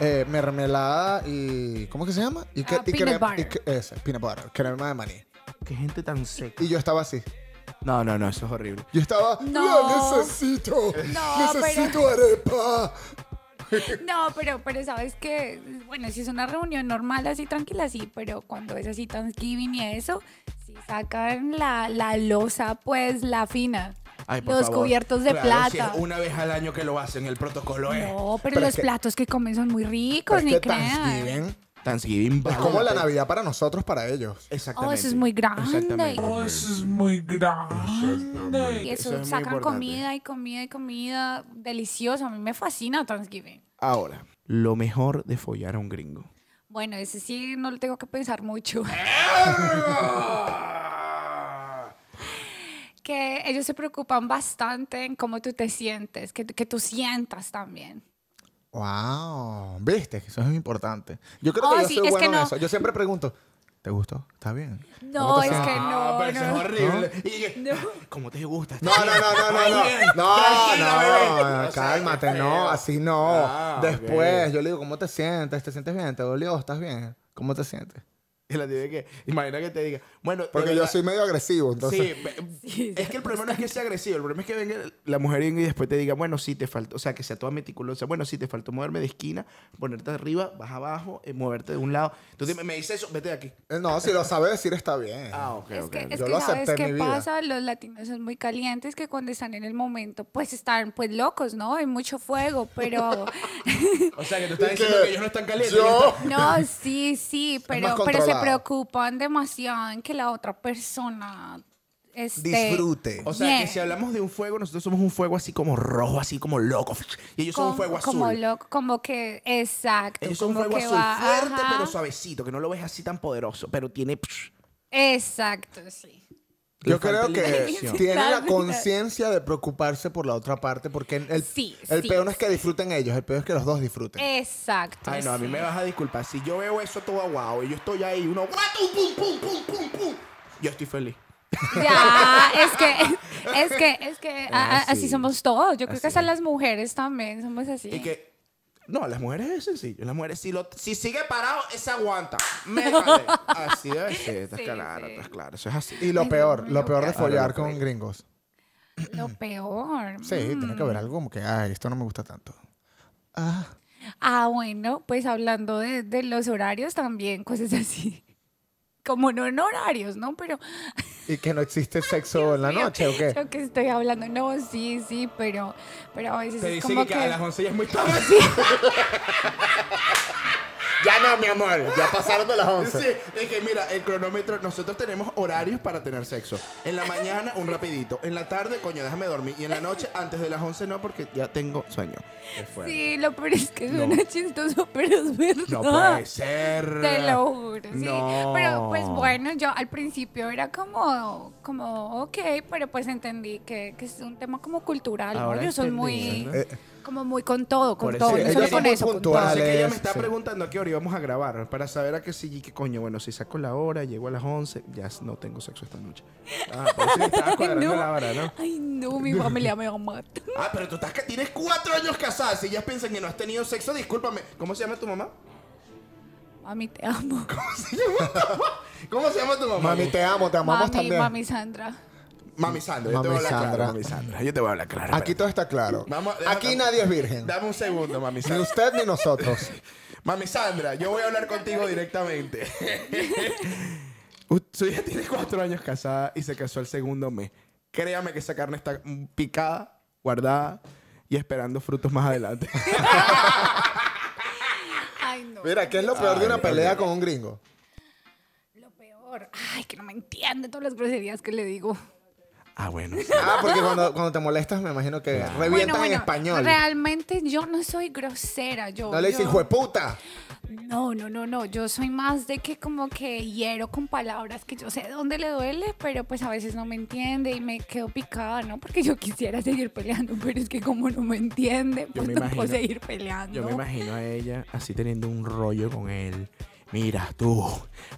Speaker 3: eh, mermelada y... ¿Cómo que se llama? Y, que-
Speaker 2: Ah,
Speaker 3: y
Speaker 2: peanut
Speaker 3: crema-
Speaker 2: butter.
Speaker 3: y que- ese, peanut butter, crema de maní.
Speaker 5: Qué gente tan seca.
Speaker 3: Y yo estaba así.
Speaker 5: No, no, no, eso es horrible.
Speaker 3: Yo estaba,
Speaker 2: No.
Speaker 3: "La necesito,
Speaker 2: No,
Speaker 3: necesito arepa.
Speaker 2: No, pero, pero sabes que, bueno, si es una reunión normal, así tranquila, sí, pero cuando es así Thanksgiving y eso, si sacan la, la losa, pues la fina.
Speaker 5: Ay, por
Speaker 2: los
Speaker 5: favor.
Speaker 2: cubiertos de
Speaker 5: Claro, si
Speaker 2: plata.
Speaker 5: es una vez al año que lo hacen, el protocolo es.
Speaker 2: No, pero,
Speaker 3: Pero es
Speaker 2: los
Speaker 3: que-
Speaker 2: platos que comen son muy
Speaker 3: Pero
Speaker 2: ricos,
Speaker 3: es
Speaker 2: ni
Speaker 3: que
Speaker 2: crean.
Speaker 3: Thanksgiving
Speaker 5: Thanksgiving
Speaker 3: es
Speaker 5: vale
Speaker 3: como la
Speaker 5: pena.
Speaker 3: Navidad para nosotros, para ellos.
Speaker 5: Exactamente.
Speaker 2: Oh, eso es muy grande.
Speaker 5: Exactamente.
Speaker 2: Oh, Y eso,
Speaker 5: Eso es muy
Speaker 2: sacan
Speaker 5: importante.
Speaker 2: comida y comida y comida deliciosa. A mí me fascina Thanksgiving.
Speaker 5: Ahora, lo mejor de follar a un gringo.
Speaker 2: Bueno, ese sí no lo tengo que pensar mucho. que ellos se preocupan bastante en cómo tú te sientes, que, que tú sientas también.
Speaker 3: Wow, viste que eso es importante. Yo creo
Speaker 2: Oh,
Speaker 3: que yo
Speaker 2: sí,
Speaker 3: soy
Speaker 2: es
Speaker 3: bueno
Speaker 2: que
Speaker 3: en
Speaker 2: no.
Speaker 3: eso. Yo siempre pregunto, ¿te gustó? ¿Está bien? ¿Cómo
Speaker 2: No,
Speaker 3: te
Speaker 2: es
Speaker 3: sientes? Ah,
Speaker 2: que no.
Speaker 5: pero eso
Speaker 2: no.
Speaker 5: es horrible. Y- ¿Cómo te gusta?
Speaker 3: No, no, no, no, no, no. No, no, cálmate, no, así no.
Speaker 5: Ah, ok.
Speaker 3: Después, yo le digo, ¿cómo te sientes? ¿Te sientes bien? ¿Te dolió? ¿Estás bien? ¿Cómo te sientes?
Speaker 5: Y la tiene que, imagina que te diga, bueno, de
Speaker 3: Porque yo
Speaker 5: verdad-
Speaker 3: soy medio agresivo, entonces.
Speaker 5: Sí, ve- es que el problema no es que sea agresivo, el problema es que venga la mujer gringa y después te diga, bueno, sí te faltó, o sea, que sea toda meticulosa, bueno, sí te faltó moverme de esquina, ponerte arriba, vas abajo, eh, moverte de un lado. Entonces me, me dice eso, vete de aquí.
Speaker 3: Eh, No, si lo sabe decir está bien.
Speaker 5: Ah, ok,
Speaker 2: Es que, es
Speaker 3: Yo
Speaker 2: que
Speaker 3: lo
Speaker 2: sabes
Speaker 3: acepté en
Speaker 2: qué
Speaker 3: mi vida.
Speaker 2: pasa, los latinos son muy calientes que cuando están en el momento, pues están pues locos, ¿no? Hay mucho fuego, pero
Speaker 5: O sea, que tú
Speaker 3: ¿Y
Speaker 5: estás diciendo
Speaker 3: qué?
Speaker 5: que ellos no están calientes.
Speaker 3: Yo-
Speaker 5: ellos están-
Speaker 2: no, sí, sí, pero, pero se
Speaker 3: controlado.
Speaker 2: preocupan demasiado en que la otra persona este,
Speaker 3: Disfrute.
Speaker 5: O sea, que
Speaker 2: bien,
Speaker 5: si hablamos de un fuego, nosotros somos un fuego así como rojo, así como loco. Y ellos son un
Speaker 2: como-
Speaker 5: fuego azul.
Speaker 2: como loco, como que exacto,
Speaker 5: ellos son un
Speaker 2: como
Speaker 5: fuego
Speaker 2: que
Speaker 5: azul,
Speaker 2: va,
Speaker 5: fuerte
Speaker 2: ajá,
Speaker 5: pero suavecito, que no lo ves así tan poderoso, pero tiene...
Speaker 2: Exacto, sí.
Speaker 3: Yo
Speaker 5: Le
Speaker 3: creo
Speaker 5: falta
Speaker 3: que
Speaker 5: limitación.
Speaker 3: tiene la
Speaker 2: Totalmente.
Speaker 3: conciencia de preocuparse por la otra parte, porque el,
Speaker 2: Sí,
Speaker 3: el
Speaker 2: sí,
Speaker 3: peor no es
Speaker 2: sí. Eh,
Speaker 3: que disfruten ellos, el peor es que los dos disfruten.
Speaker 2: Exacto.
Speaker 5: Ay, no, a mí
Speaker 2: sí.
Speaker 5: me vas a disculpar. Si yo veo eso todo aguado y yo estoy ahí, uno... ¡guatu! ¡Pum, pum, pum, pum, pum! Yo estoy feliz.
Speaker 2: Ya, es que, es que, es que a- a-
Speaker 5: Ah, sí.
Speaker 2: así somos todos. Yo creo
Speaker 5: Así.
Speaker 2: que hasta las mujeres también somos así.
Speaker 5: Y que... No, las mujeres es sencillo. Las mujeres, si, lo, si sigue parado, se aguanta. Me vale. Así debe ser. Estás
Speaker 2: Sí,
Speaker 5: claro,
Speaker 2: sí.
Speaker 5: estás claro. Eso es así.
Speaker 3: Y lo
Speaker 2: Ay,
Speaker 3: peor,
Speaker 2: Dios
Speaker 3: lo
Speaker 2: mío,
Speaker 3: peor
Speaker 2: qué
Speaker 3: de
Speaker 5: horror.
Speaker 3: follar con gringos.
Speaker 2: Lo peor.
Speaker 3: Sí, tiene
Speaker 2: Mm.
Speaker 3: que haber algo como que, ay, esto no me gusta tanto. Ah.
Speaker 2: Ah, bueno, pues hablando de, de los horarios también, cosas así. Como no en horarios, ¿no? Pero.
Speaker 3: Y que no existe sexo en la noche, ¿o qué?
Speaker 2: Yo que estoy hablando. No, sí, sí, pero, pero a veces
Speaker 5: Te
Speaker 2: es
Speaker 5: dice
Speaker 2: como
Speaker 5: que,
Speaker 2: que.
Speaker 5: a las 11 ya es muy tarde.
Speaker 3: Ya no, mi amor. Ya pasaron de las 11.
Speaker 5: Sí, es que mira, el cronómetro, nosotros tenemos horarios para tener sexo. En la mañana, un rapidito. En la tarde, coño, déjame dormir. Y en la noche, antes de las 11 no, porque ya tengo sueño. Qué fuerte.
Speaker 2: Sí, lo peor es que
Speaker 5: No.
Speaker 2: suena chistoso, pero es verdad.
Speaker 5: No puede ser.
Speaker 2: Te lo juro, sí.
Speaker 5: No.
Speaker 2: Pero pues bueno, yo al principio era como, como ok, pero pues entendí que, que es un tema como cultural, ¿no?
Speaker 5: Ahora
Speaker 2: Yo soy
Speaker 5: entendí,
Speaker 2: muy...
Speaker 5: ¿no?
Speaker 3: Eh,
Speaker 2: Como muy con todo, con
Speaker 5: Por
Speaker 2: todo.
Speaker 5: eso
Speaker 2: no
Speaker 5: ella
Speaker 2: solo
Speaker 5: es
Speaker 2: con
Speaker 3: muy
Speaker 2: eso, con todo.
Speaker 3: puntual.
Speaker 5: Parece que ella
Speaker 3: es,
Speaker 5: me está
Speaker 3: sí.
Speaker 5: preguntando a qué hora íbamos a grabar para saber a qué sí, qué coño. Bueno, si saco la hora, llego a las 11, ya no tengo sexo esta noche. Ah,
Speaker 3: pues
Speaker 5: por eso estaba cuadrando
Speaker 2: no.
Speaker 5: la hora, ¿no?
Speaker 2: Ay, no, mi familia me va a matar.
Speaker 5: Ah, pero tú estás que tienes cuatro años casada. Si ellas piensan que no has tenido sexo, discúlpame. ¿Cómo se llama tu mamá?
Speaker 2: Mami, te amo.
Speaker 5: ¿Cómo se llama tu mamá? ¿Cómo se llama tu mamá?
Speaker 3: Mami, te amo, te amamos
Speaker 2: Mami,
Speaker 3: también.
Speaker 2: mami Sandra.
Speaker 5: Mami Sandra. yo te
Speaker 3: Mami
Speaker 5: voy a hablar claro,
Speaker 3: Sandra.
Speaker 5: Mami Sandra. Yo te voy a hablar claro.
Speaker 3: Aquí todo está claro.
Speaker 5: Vamos, déjame-
Speaker 3: Aquí nadie es virgen.
Speaker 5: Dame un segundo, Mami
Speaker 3: Ni
Speaker 5: Sandra.
Speaker 3: usted ni nosotros.
Speaker 5: Mami Sandra, yo voy a hablar contigo directamente. U- Su hija tiene cuatro años casada y se casó el segundo mes. Créame que esa carne está mm, picada, guardada y esperando frutos más adelante.
Speaker 2: Ay, no.
Speaker 3: Mira, ¿qué es lo peor de una pelea con un gringo?
Speaker 2: Lo peor. Ay, que no me entiende todas las groserías que le digo.
Speaker 5: ah, bueno.
Speaker 3: Ah, porque cuando, cuando te molestas me imagino que revientas en español.
Speaker 2: Realmente yo no soy grosera. Yo,
Speaker 3: No le dices
Speaker 2: yo-
Speaker 3: hijo de puta.
Speaker 2: No, no, no, no. Yo soy más de que como que hiero con palabras que yo sé dónde le duele, pero pues a veces no me entiende y me quedo picada, ¿no? Porque yo quisiera seguir peleando, pero es que como no me entiende, pues
Speaker 5: me
Speaker 2: no
Speaker 5: imagino-
Speaker 2: puedo seguir peleando.
Speaker 5: Yo me imagino a ella así teniendo un rollo con él. Mira, tú,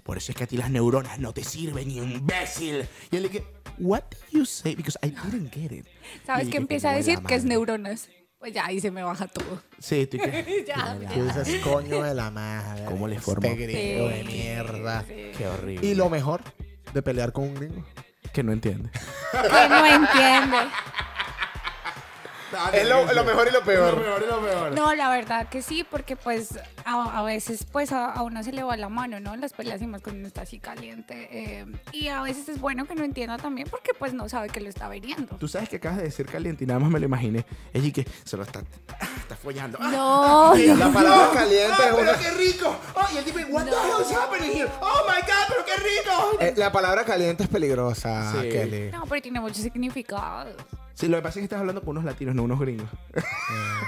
Speaker 5: por eso es que a ti las neuronas no te sirven, ni imbécil. Y él le dice, what did you say? Because I didn't get it.
Speaker 2: ¿Sabes qué
Speaker 5: Y que
Speaker 2: empieza a
Speaker 5: como la
Speaker 2: decir? Que es
Speaker 5: madre.
Speaker 2: neuronas. Pues ya ahí se me baja todo.
Speaker 5: Sí, tú que...
Speaker 2: Ya,
Speaker 3: Tú dices, coño de la madre.
Speaker 5: ¿Cómo le
Speaker 3: este
Speaker 5: formó?
Speaker 3: gringo de mierda.
Speaker 5: Qué horrible.
Speaker 3: Y lo mejor de pelear con un gringo.
Speaker 5: que no entiende.
Speaker 2: que no entiende.
Speaker 3: Es lo, lo mejor y lo peor.
Speaker 5: peor es lo peor.
Speaker 2: No, la verdad que sí, porque pues a, a veces pues a, a uno se le va la mano, ¿no? Las peleas y más cuando uno está así caliente. eh, y a veces es bueno que no entienda también porque pues no sabe que lo está veriendo.
Speaker 5: Tú sabes que acabas de decir caliente y nada más me lo imaginé. Es y que se lo está, ah, está follando. Ah,
Speaker 2: No,
Speaker 5: ah,
Speaker 2: no.
Speaker 3: La palabra caliente
Speaker 5: ah,
Speaker 3: es
Speaker 5: pero
Speaker 3: una-
Speaker 5: qué rico. Oh, y el tipo, what the hell is happening here? Oh my god, pero qué rico.
Speaker 3: Eh, la palabra caliente es peligrosa,
Speaker 5: Sí.
Speaker 3: Kelly.
Speaker 2: No, pero tiene muchos significados.
Speaker 5: Sí, lo que pasa es que estás hablando con unos latinos, no unos gringos.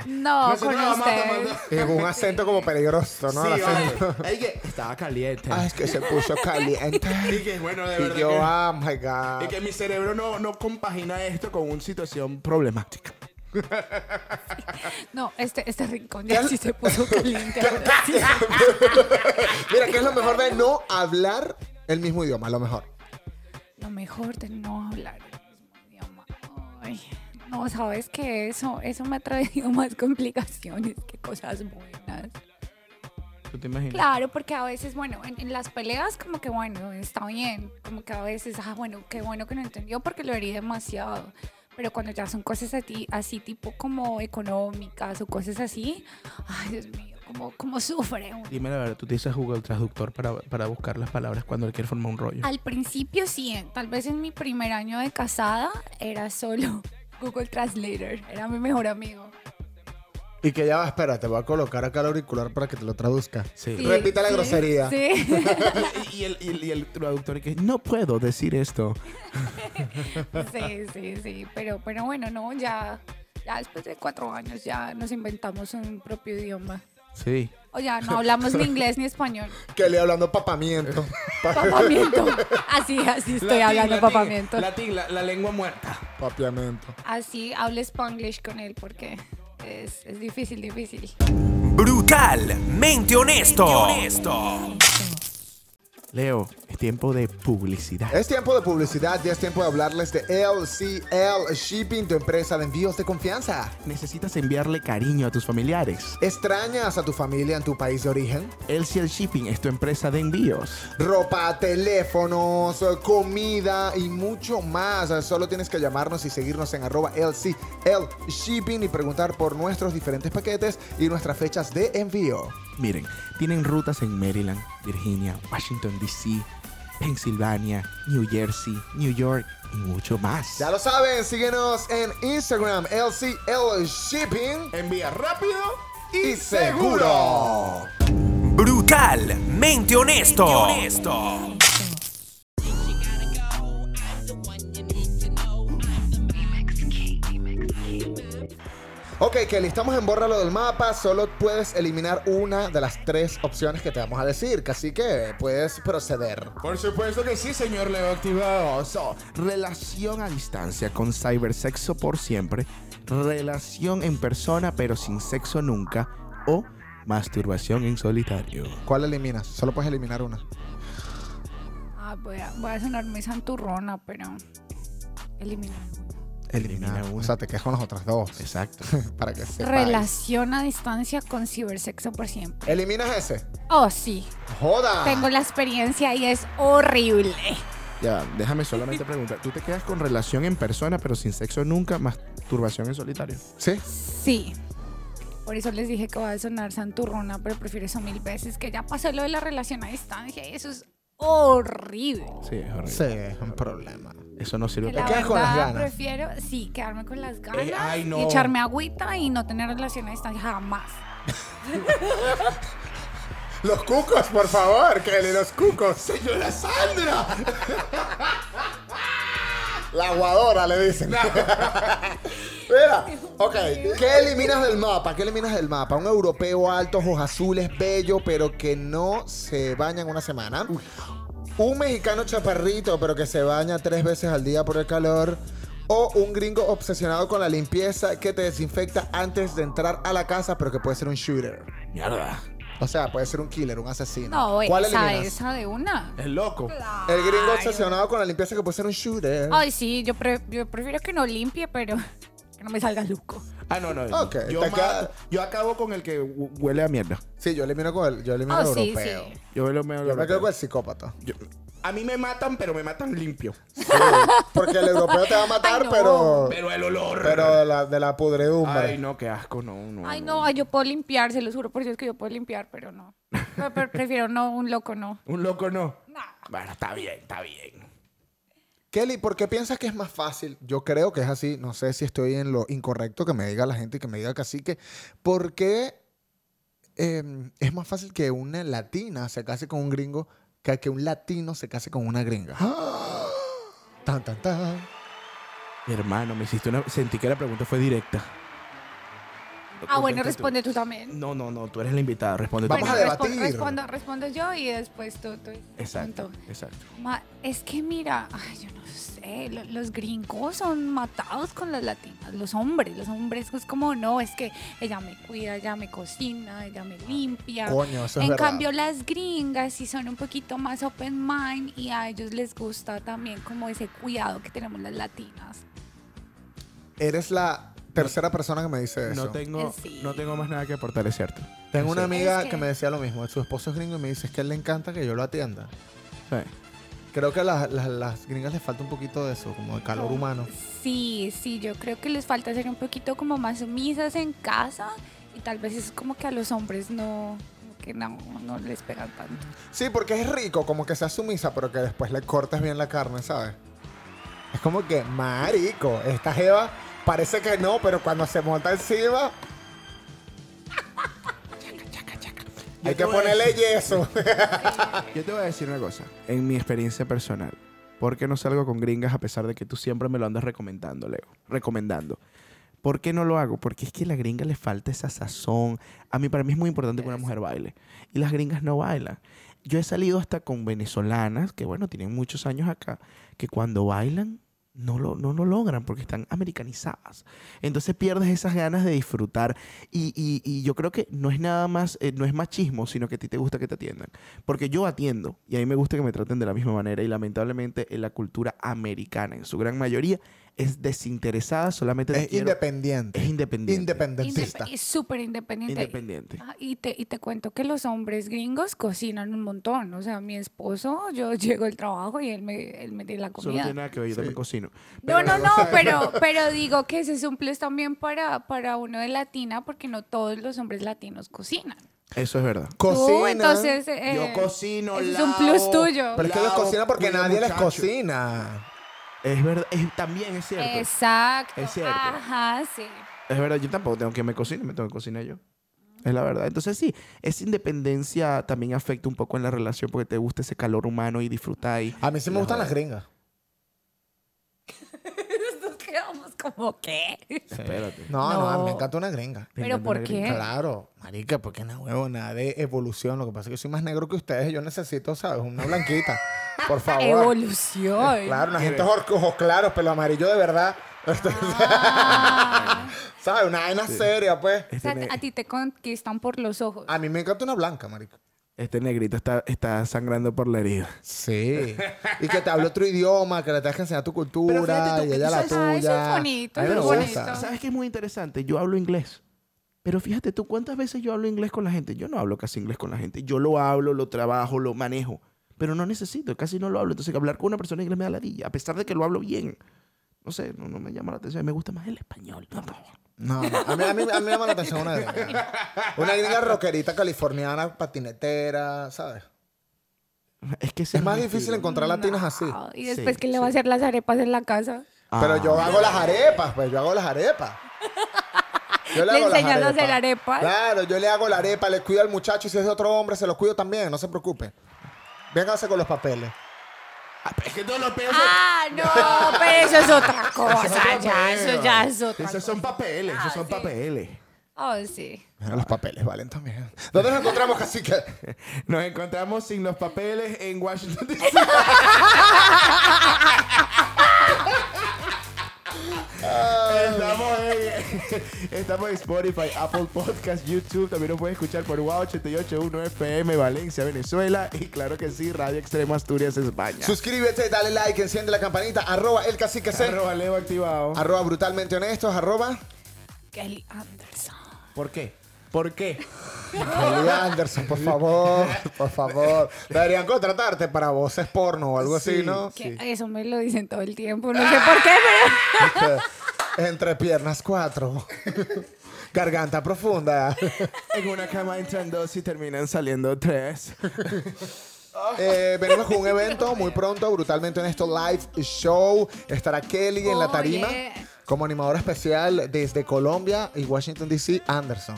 Speaker 2: No,
Speaker 5: Nosotros
Speaker 2: con
Speaker 5: vamos a tomar-
Speaker 2: ustedes.
Speaker 3: Y con un acento como peligroso, ¿no?
Speaker 5: Sí,
Speaker 3: El acento.
Speaker 5: vale. Ay, que estaba caliente.
Speaker 3: Ah, es que se puso
Speaker 5: Y
Speaker 3: caliente.
Speaker 5: que bueno, de verdad.
Speaker 3: Y yo,
Speaker 5: que-
Speaker 3: oh my
Speaker 5: y
Speaker 3: God.
Speaker 5: que mi cerebro no, no compagina esto con una situación problemática.
Speaker 2: No, este, este rincón ya sí se puso caliente.
Speaker 3: Mira, ¿qué es lo mejor de no hablar el mismo idioma? Lo mejor.
Speaker 2: Lo mejor de no hablar el mismo idioma. Ay, no, sabes que eso, eso me ha traído más complicaciones que cosas buenas.
Speaker 5: ¿Tú te imaginas?
Speaker 2: Claro, porque a veces, bueno, en, en las peleas como que, bueno, está bien, como que a veces, ah, bueno, qué bueno que no entendió porque lo herí demasiado. Pero cuando ya son cosas así, así tipo como económicas o cosas así, ay, Dios mío, como, como sufre uno.
Speaker 5: Dime la verdad, tú utilizas Google Traductor para, para buscar las palabras cuando él quiere formar un rollo.
Speaker 2: Al principio sí, en- tal vez en mi primer año de casada era solo Google Translator, era mi mejor amigo.
Speaker 3: Y que ya va, espera, te voy a colocar acá el auricular para que te lo traduzca.
Speaker 5: Sí.
Speaker 2: Sí,
Speaker 3: Repita la
Speaker 2: sí,
Speaker 3: grosería.
Speaker 2: Sí,
Speaker 5: y, y el, y el- y el traductor que no puedo decir esto.
Speaker 2: sí, sí, sí, pero, pero bueno, no, ya, ya después de cuatro años ya nos inventamos un propio idioma.
Speaker 5: Sí.
Speaker 2: O ya no hablamos ni inglés ni español.
Speaker 3: Kelly hablando papamiento.
Speaker 2: Papamiento. Así, así estoy hablando papamiento.
Speaker 5: Latín, la, la lengua muerta.
Speaker 3: Papiamento.
Speaker 2: Así hablo spanglish con él porque es, es difícil, difícil.
Speaker 4: Brutalmente honesto.
Speaker 5: Leo, es tiempo de publicidad.
Speaker 3: Es tiempo de publicidad, ya es tiempo de hablarles de LCL Shipping, tu empresa de envíos de confianza.
Speaker 5: Necesitas enviarle cariño a tus familiares.
Speaker 3: ¿Extrañas a tu familia en tu país de origen?
Speaker 5: LCL Shipping es tu empresa de envíos.
Speaker 3: Ropa, teléfonos, comida y mucho más. Solo tienes que llamarnos y seguirnos en arroba LCL Shipping y preguntar por nuestros diferentes paquetes y nuestras fechas de envío.
Speaker 5: Miren, tienen rutas en Maryland, Virginia, Washington DC, Pensilvania, New Jersey, New York y mucho más.
Speaker 3: Ya lo saben, síguenos en Instagram LCL Shipping.
Speaker 5: envía rápido
Speaker 3: y seguro.
Speaker 4: Brutalmente honesto.
Speaker 3: Ok, Kelly, estamos en borra lo del mapa. Solo puedes eliminar una de las tres opciones que te vamos a decir. Así que puedes proceder.
Speaker 5: Por supuesto que sí, señor Leo Activado. So, relación a distancia con cibersexo por siempre, relación en persona pero sin sexo nunca o masturbación en solitario.
Speaker 3: ¿Cuál eliminas? Solo puedes eliminar una.
Speaker 2: Ah, voy, a, voy a sonar muy santurrona, pero. Eliminar.
Speaker 5: Elimina
Speaker 3: Ah,
Speaker 5: una.
Speaker 3: O sea, te quedas con las otras dos.
Speaker 5: Exacto.
Speaker 3: Para que sepas.
Speaker 2: Relación a distancia con cibersexo por siempre.
Speaker 3: ¿Eliminas ese?
Speaker 2: Oh, sí.
Speaker 3: ¡Joda!
Speaker 2: Tengo la experiencia y es horrible.
Speaker 5: Ya, va, déjame solamente preguntar. ¿Tú te quedas con relación en persona pero sin sexo nunca, masturbación en solitario?
Speaker 3: ¿Sí?
Speaker 2: Sí. Por eso les dije que va a sonar santurrona, pero prefiero eso mil veces, que ya pasó lo de la relación a distancia y eso es horrible.
Speaker 5: Sí, es horrible.
Speaker 3: Sí, es un problema.
Speaker 5: Eso no sirve
Speaker 2: Que la
Speaker 5: para
Speaker 3: quedas con las
Speaker 2: verdad
Speaker 3: ganas. Eh,
Speaker 2: prefiero, sí, quedarme con las ganas
Speaker 5: ay, no.
Speaker 2: y echarme agüita y no tener relación a distancia jamás.
Speaker 3: Los cucos, por favor, Kelly, los cucos. Señora Sandra. La aguadora le dicen. Mira, ok. ¿Qué eliminas del mapa? ¿Qué eliminas del mapa? Un europeo alto, ojos azules, bello, pero que no se baña en una semana. Un mexicano chaparrito, pero que se baña tres veces al día por el calor. O un gringo obsesionado con la limpieza que te desinfecta antes de entrar a la casa, pero que puede ser un shooter.
Speaker 5: Mierda.
Speaker 3: O sea, puede ser un killer, un asesino.
Speaker 2: No,
Speaker 3: ¿Cuál
Speaker 2: esa,
Speaker 3: eliminas?
Speaker 2: esa de una.
Speaker 5: Es loco.
Speaker 3: El gringo obsesionado con la limpieza que puede ser un shooter.
Speaker 2: Ay, sí, yo, pre- yo prefiero que no limpie, pero que no me salga luco.
Speaker 5: Ah, no, no. no.
Speaker 3: Ok,
Speaker 5: yo,
Speaker 3: te
Speaker 5: mato-
Speaker 3: queda-
Speaker 5: yo acabo con el que hu- huele a mierda.
Speaker 3: Sí, yo elimino con el, yo elimino
Speaker 2: Oh,
Speaker 3: al
Speaker 2: sí,
Speaker 3: europeo.
Speaker 2: sí.
Speaker 5: Yo huelo medio
Speaker 3: Yo me quedo con el psicópata.
Speaker 5: Yo- a mí me matan, pero me matan limpio.
Speaker 3: Porque el europeo te va a matar,
Speaker 2: Ay, no.
Speaker 3: pero.
Speaker 5: Pero el olor.
Speaker 3: Pero de la, de la pudredumbre.
Speaker 5: Ay, no, qué asco, no, no.
Speaker 2: Ay, no, ay, yo puedo limpiar, se los juro por Dios que yo puedo limpiar, pero no. Pero- pero prefiero no, un loco no.
Speaker 5: Un loco no. Bueno, está bien, está bien.
Speaker 3: Kelly, ¿por qué piensas que es más fácil? Yo creo que es así. No sé si estoy en lo incorrecto que me diga la gente y que me diga que así que. ¿Por qué eh, es más fácil que una latina se case con un gringo que que un latino se case con una gringa?
Speaker 5: ¡Ah!
Speaker 3: Tan, tan, tan.
Speaker 5: Mi hermano, me hiciste una. Sentí que la pregunta fue directa.
Speaker 2: Ah, bueno,
Speaker 5: Contesta tú.
Speaker 2: responde tú también.
Speaker 5: No, no, no, tú eres la invitada, responde tú.
Speaker 3: Vamos
Speaker 2: Bueno,
Speaker 3: a
Speaker 2: respon-
Speaker 3: debatir.
Speaker 2: Respondo, respondo yo y después tú. tú
Speaker 5: Exacto,
Speaker 2: punto.
Speaker 5: exacto.
Speaker 2: Ma- es que mira, ay, yo no sé, lo- los gringos son matados con las latinas, los hombres, los hombres es como, no, es que ella me cuida, ella me cocina, ella me limpia.
Speaker 3: Coño, eso es
Speaker 2: en
Speaker 3: verdad.
Speaker 2: cambio, las gringas sí son un poquito más open mind y a ellos les gusta también como ese cuidado que tenemos las latinas.
Speaker 3: Eres la tercera persona que me dice eso.
Speaker 5: No tengo,
Speaker 2: Sí.
Speaker 5: no tengo más nada que aportar, es cierto.
Speaker 3: Tengo una amiga
Speaker 2: Es
Speaker 3: que...
Speaker 2: que-
Speaker 3: me decía lo mismo. Su esposo es gringo y me dice es que a él le encanta que yo lo atienda.
Speaker 5: Sí.
Speaker 3: Creo que a las, las- las gringas les falta un poquito de eso, como de calor
Speaker 2: Son-
Speaker 3: humano.
Speaker 2: Sí, sí, yo creo que les falta ser un poquito como más sumisas en casa y tal vez es como que a los hombres no, como que no, no les pegan tanto.
Speaker 3: Sí, porque es rico, como que sea sumisa, pero que después le cortes bien la carne, ¿sabes? Es como que, marico, esta jeva parece que no, pero cuando se monta encima, hay que ponerle yeso.
Speaker 5: Yo te voy a decir una cosa, en mi experiencia personal, ¿por qué no salgo con gringas a pesar de que tú siempre me lo andas recomendando, Leo? Recomendando. ¿Por qué no lo hago? Porque es que a la gringa le falta esa sazón. A mí, para mí es muy importante que una mujer baile. Y las gringas no bailan. Yo he salido hasta con venezolanas, que bueno, tienen muchos años acá, que cuando bailan no lo, no lo logran porque están americanizadas. Entonces pierdes esas ganas de disfrutar. Y, y- y yo creo que no es nada más, eh, no es machismo, sino que a ti te gusta que te atiendan. Porque yo atiendo y a mí me gusta que me traten de la misma manera. Y lamentablemente en la cultura americana, en su gran mayoría, es desinteresada, solamente te
Speaker 3: es
Speaker 5: quiero-
Speaker 3: independiente.
Speaker 5: Es independiente.
Speaker 3: Independentista.
Speaker 2: Indep- y súper independiente.
Speaker 5: Independiente.
Speaker 2: Ah, y, te, y te cuento que los hombres gringos cocinan un montón. O sea, mi esposo, yo llego al trabajo y él me, él me tiene la
Speaker 5: Eso no tiene
Speaker 2: comida.
Speaker 5: nada que ver, yo también cocino.
Speaker 2: No, no, no, pero, pero digo que ese es un plus también para, para uno de latina porque no todos los hombres latinos cocinan.
Speaker 5: Eso es verdad.
Speaker 3: Cocina.
Speaker 2: Tú, entonces, eh,
Speaker 5: yo cocino,
Speaker 2: ese es
Speaker 5: lavo,
Speaker 2: un plus tuyo.
Speaker 3: Pero es que ellos
Speaker 5: lavo,
Speaker 3: cocinan porque
Speaker 5: cuido
Speaker 3: nadie les
Speaker 5: muchacho.
Speaker 3: cocina.
Speaker 5: Es verdad, es- también es cierto. Es...
Speaker 2: Exacto.
Speaker 5: Es cierto.
Speaker 2: Ajá, sí.
Speaker 5: verdad, yo tampoco tengo que me cocine, me tengo que cocinar yo. Es la verdad. Entonces sí, esa independencia también afecta un poco en la relación porque te gusta ese calor humano y disfrutar. y-
Speaker 3: A mí sí me
Speaker 5: la
Speaker 3: gustan
Speaker 5: joda.
Speaker 3: las gringas.
Speaker 2: Nos quedamos ¿Cómo qué?
Speaker 5: Espérate.
Speaker 3: No, no,
Speaker 2: No. ¿Eh?
Speaker 3: me encanta una gringa.
Speaker 2: ¿Pero por qué?
Speaker 3: Claro, marica, porque una huevo, nada de evolución. Lo que pasa es que soy más negro que ustedes. Yo necesito, ¿sabes? Una blanquita. Por favor.
Speaker 2: Evolución.
Speaker 3: Claro, una gente ojos ojos claros, pelo amarillo de verdad. ¿Sabes? Una vaina seria, pues.
Speaker 2: Ah. O sea, a ti te conquistan por los ojos.
Speaker 3: A mí me encanta una blanca, marica.
Speaker 5: Este negrito está, está sangrando por la herida.
Speaker 3: Sí. Y que te hable otro idioma, que le tengas que enseñar tu
Speaker 5: Pero fíjate
Speaker 3: cultura
Speaker 5: tú
Speaker 3: y
Speaker 5: que
Speaker 3: ella
Speaker 5: tú
Speaker 3: la
Speaker 5: sabes-
Speaker 3: tuya.
Speaker 2: Ah, eso es bonito,
Speaker 5: A mí
Speaker 2: eso
Speaker 5: me
Speaker 2: es
Speaker 5: gusta.
Speaker 2: bonito.
Speaker 5: ¿Sabes qué es muy interesante? Yo hablo inglés. Pero fíjate tú, ¿cuántas veces yo hablo inglés con la gente? Yo no hablo casi inglés con la gente. Yo lo hablo, lo trabajo, lo manejo. Pero no necesito, casi no lo hablo. Entonces, hablar con una persona en inglés me da ladilla, a pesar de que lo hablo bien. No sé, no, no me llama la atención. Me gusta más el español.
Speaker 3: No, no. A mí, a, mí, a mí me llama la atención una gringa. Una gringa rockerita californiana, patinetera, ¿sabes?
Speaker 5: Es que ese
Speaker 3: Es más
Speaker 5: mi
Speaker 3: difícil
Speaker 5: estilo.
Speaker 3: encontrar latinos así.
Speaker 2: Ah, Y después
Speaker 5: Sí,
Speaker 2: que le va a hacer las arepas en la casa.
Speaker 3: Pero
Speaker 5: Ah.
Speaker 3: yo hago las arepas, pues yo hago las arepas. Yo
Speaker 2: Le
Speaker 3: hago las
Speaker 2: enseñas a hacer arepas.
Speaker 3: Claro, yo le hago la arepa, le cuido al muchacho y si es de otro hombre se los cuido también, no se preocupe. Véngase con los papeles.
Speaker 5: Ah, pero es que todos los peos son-
Speaker 2: Ah, no, pero eso es otra cosa. Ya, eso ya es otra Ah,
Speaker 5: Esos son papeles, esos son papeles.
Speaker 2: Oh, sí.
Speaker 3: Mira, los papeles valen también. ¿Dónde nos encontramos, cacique?
Speaker 5: Nos encontramos sin los papeles en Washington DC. Estamos en, estamos en Spotify, Apple Podcast, YouTube. También nos pueden escuchar por WA881 FM, Valencia, Venezuela. Y claro que sí, Radio Extremo Asturias, España.
Speaker 3: Suscríbete, dale like, enciende la campanita, arroba el cacique C,
Speaker 5: Arroba Leo activado.
Speaker 3: arroba brutalmente honestos, arroba
Speaker 2: Kelly Anderson.
Speaker 5: ¿Por qué? ¿Por qué?
Speaker 3: Kelly Anderson, por favor, por favor. Deberían contratarte para voces porno o algo así,
Speaker 5: Sí.
Speaker 3: ¿no?
Speaker 2: Que Eso me lo dicen todo el tiempo. No sé por qué, pero.
Speaker 3: Eh, Entre piernas cuatro. Garganta profunda.
Speaker 5: En una cama entran dos y terminan saliendo tres.
Speaker 3: Eh, venimos con un evento muy pronto, brutalmente en esto live show. Estará Kelly en la tarima
Speaker 2: Oye.
Speaker 3: como animadora especial desde Colombia y Washington DC, Anderson.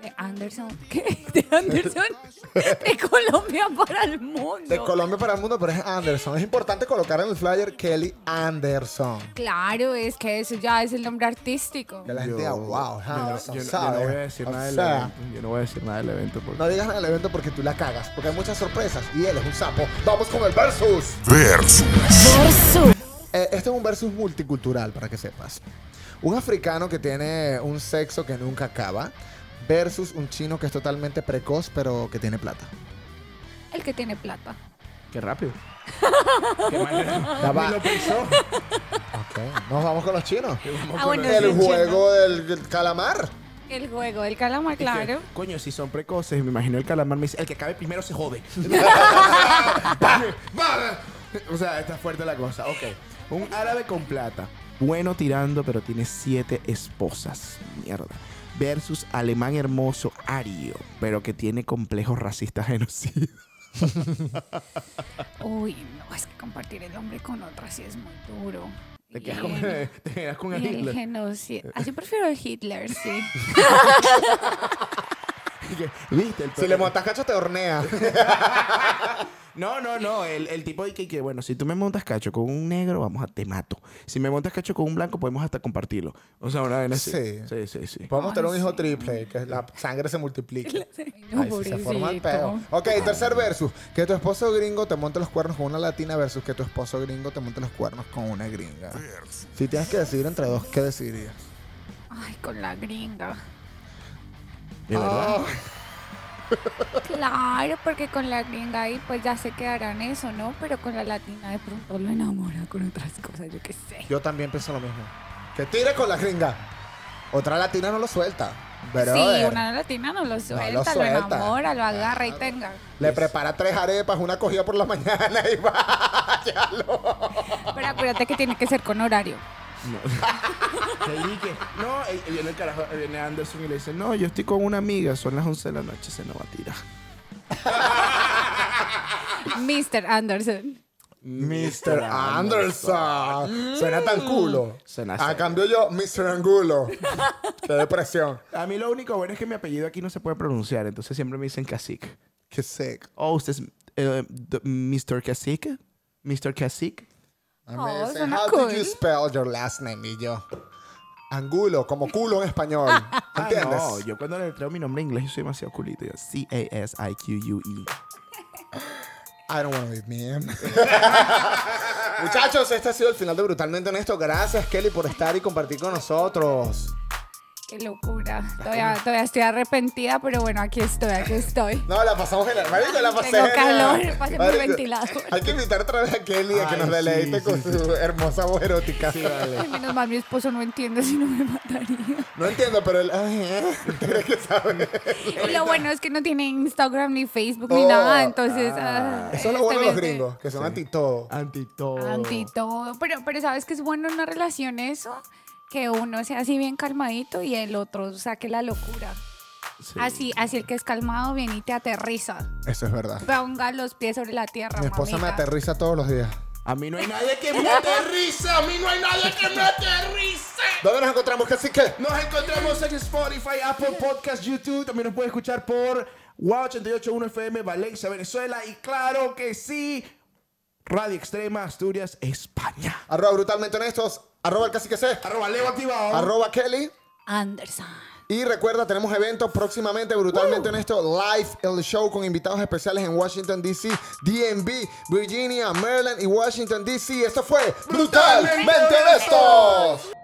Speaker 2: De Anderson. ¿Qué? De Anderson. De Colombia para el mundo.
Speaker 3: De Colombia para el mundo, pero es Anderson. Es importante colocar en el flyer Kelly Anderson.
Speaker 2: Claro, es que eso ya es el nombre artístico.
Speaker 3: Que la gente
Speaker 5: Yo-
Speaker 3: diga, wow, es Anderson.
Speaker 5: Yo, no- yo
Speaker 3: ¿sabes?
Speaker 5: no voy a decir
Speaker 3: O
Speaker 5: nada del
Speaker 3: sea,
Speaker 5: evento. Yo no voy a decir nada del evento porque...
Speaker 3: no digas nada del evento porque tú la cagas, porque hay muchas sorpresas y él es un sapo. Vamos con el versus.
Speaker 1: Versus.
Speaker 3: Eh, este es un versus multicultural, para que sepas. Un africano que tiene un sexo que nunca acaba versus un chino que es totalmente precoz pero que tiene plata.
Speaker 2: El que tiene plata.
Speaker 5: Qué rápido.
Speaker 3: Ya va. Ok, nos vamos con los chinos.
Speaker 2: Ah, bueno, sí,
Speaker 3: El
Speaker 2: chino.
Speaker 3: juego del del calamar.
Speaker 2: El juego del calamar, claro.
Speaker 5: Coño, si son precoces, me imagino el calamar me dice, el que cabe primero se jode. o sea, está fuerte la cosa. Ok. Un árabe con plata. Bueno tirando, pero tiene siete esposas. Mierda. Versus alemán hermoso, ario, pero que tiene complejos racistas genocidas.
Speaker 2: Uy, no, es que compartir el hombre con otra sí es muy duro.
Speaker 5: Te
Speaker 2: Y
Speaker 5: quedas con,
Speaker 2: el-
Speaker 5: te quedas con
Speaker 2: y el
Speaker 5: Hitler.
Speaker 2: genocidio. Ah, yo prefiero el Hitler, sí.
Speaker 5: ¿Viste? El
Speaker 3: Si le montas cacho te hornea.
Speaker 5: No, no, no. El, el tipo de que, que, bueno, si tú me montas cacho con un negro, vamos a te mato. Si me montas cacho con un blanco, podemos hasta compartirlo. O sea, una vez así.
Speaker 3: Sí.
Speaker 5: Sí, sí, sí.
Speaker 3: Podemos tener un hijo triple, que la sangre se multiplique.
Speaker 2: Ay, no,
Speaker 3: Ay, sí, se forma el
Speaker 2: pobrecito.
Speaker 3: peo. Ok, tercer versus. Que tu esposo gringo te monte los cuernos con una latina versus que tu esposo gringo te monte los cuernos con una gringa. Si tienes que decidir entre dos, ¿qué decidirías?
Speaker 2: Ay, con la gringa.
Speaker 5: De verdad.
Speaker 2: Claro, porque con la gringa ahí pues ya se quedarán eso, ¿no? Pero con la latina de pronto lo enamora con otras cosas, yo qué sé.
Speaker 3: Yo también pienso lo mismo. Que tire con la gringa. Otra latina no lo suelta. Pero eh,
Speaker 2: sí, una latina no lo suelta, lo,
Speaker 3: suelta.
Speaker 2: enamora, lo agarra y tenga.
Speaker 3: le prepara tres arepas, una cogida por la mañana y va.
Speaker 2: Pero acuérdate que tiene que ser con horario.
Speaker 5: Te dije, no, eh, viene el carajo, eh, viene Anderson y le dice, no, yo estoy con una amiga, son las 11 de la noche, se nos va a tirar.
Speaker 2: Mr. Anderson.
Speaker 3: Mr. Anderson. Suena tan culo.
Speaker 5: Suena
Speaker 3: A
Speaker 5: serio.
Speaker 3: cambio yo, Mr. Angulo. Qué depresión.
Speaker 5: A mí lo único bueno es que mi apellido aquí no se puede pronunciar, entonces siempre me dicen cacique.
Speaker 3: Qué sick.
Speaker 5: Oh, usted es eh, d- Mr. Cacique. Mr. Cacique.
Speaker 3: A mí
Speaker 2: Oh,
Speaker 3: me dicen,
Speaker 2: suena
Speaker 3: how do you
Speaker 2: cool.
Speaker 3: spell your last name? Y yo, angulo, como culo en español.
Speaker 5: Ah,
Speaker 3: ¿Entiendes?
Speaker 5: no, yo cuando le traigo mi nombre en inglés, yo soy demasiado culito. Yo, C-A-S-I-Q-U-E.
Speaker 3: I don't wanna be me. Muchachos, este ha sido el final de Brutalmente Honesto. Gracias, Kelly, por estar y compartir con nosotros.
Speaker 2: Qué locura. Todavía, todavía estoy arrepentida, pero bueno, aquí estoy, aquí estoy.
Speaker 3: No, la pasamos en el marico, la pasé.
Speaker 2: Tengo
Speaker 3: genial.
Speaker 2: calor, pasé por el
Speaker 3: Marico,
Speaker 2: ventilador.
Speaker 3: Hay que invitar otra vez a Kelly a que
Speaker 5: Ay,
Speaker 3: nos
Speaker 5: sí,
Speaker 3: deleite
Speaker 5: sí,
Speaker 3: con
Speaker 5: sí,
Speaker 3: su hermosa voz erótica.
Speaker 2: Ay, menos mal mi esposo no entiende si no me mataría.
Speaker 3: No entiendo, pero él. ay, eh, tiene que saber.
Speaker 2: Y lo bueno es que no tiene Instagram ni Facebook
Speaker 3: Oh,
Speaker 2: ni nada, entonces. ah,
Speaker 3: Eso es lo bueno de
Speaker 2: también
Speaker 3: los
Speaker 2: se-
Speaker 3: gringos, que son anti todo. Ah,
Speaker 5: Anti todo.
Speaker 2: Anti todo. Pero, pero sabes que es bueno en una relación eso, que uno sea así bien calmadito y el otro saque la locura.
Speaker 5: Sí.
Speaker 2: Así, así el que es calmado viene y te aterriza.
Speaker 3: Eso es verdad.
Speaker 2: Ponga los pies sobre la tierra.
Speaker 3: Mi esposa me
Speaker 2: mamita.
Speaker 3: aterriza todos los días.
Speaker 5: A mí no hay nadie que me aterrice. A mí no hay nadie que me aterrice.
Speaker 3: ¿Dónde nos encontramos, que
Speaker 5: Nos encontramos en Spotify, Apple Podcast, YouTube. También nos puede escuchar por Wow881 FM, Valencia, Venezuela. Y claro que sí, Radio Extrema, Asturias, España.
Speaker 3: Arroba brutalmente honestos. Arroba el cacique C.
Speaker 5: Arroba Leo Activado.
Speaker 3: Arroba Kelly.
Speaker 2: Anderson.
Speaker 3: Y recuerda, tenemos eventos próximamente, brutalmente honesto, live el show con invitados especiales en Washington, D.C., DMV, Virginia, Maryland y Washington, D.C. Esto fue Brutalmente Honestos.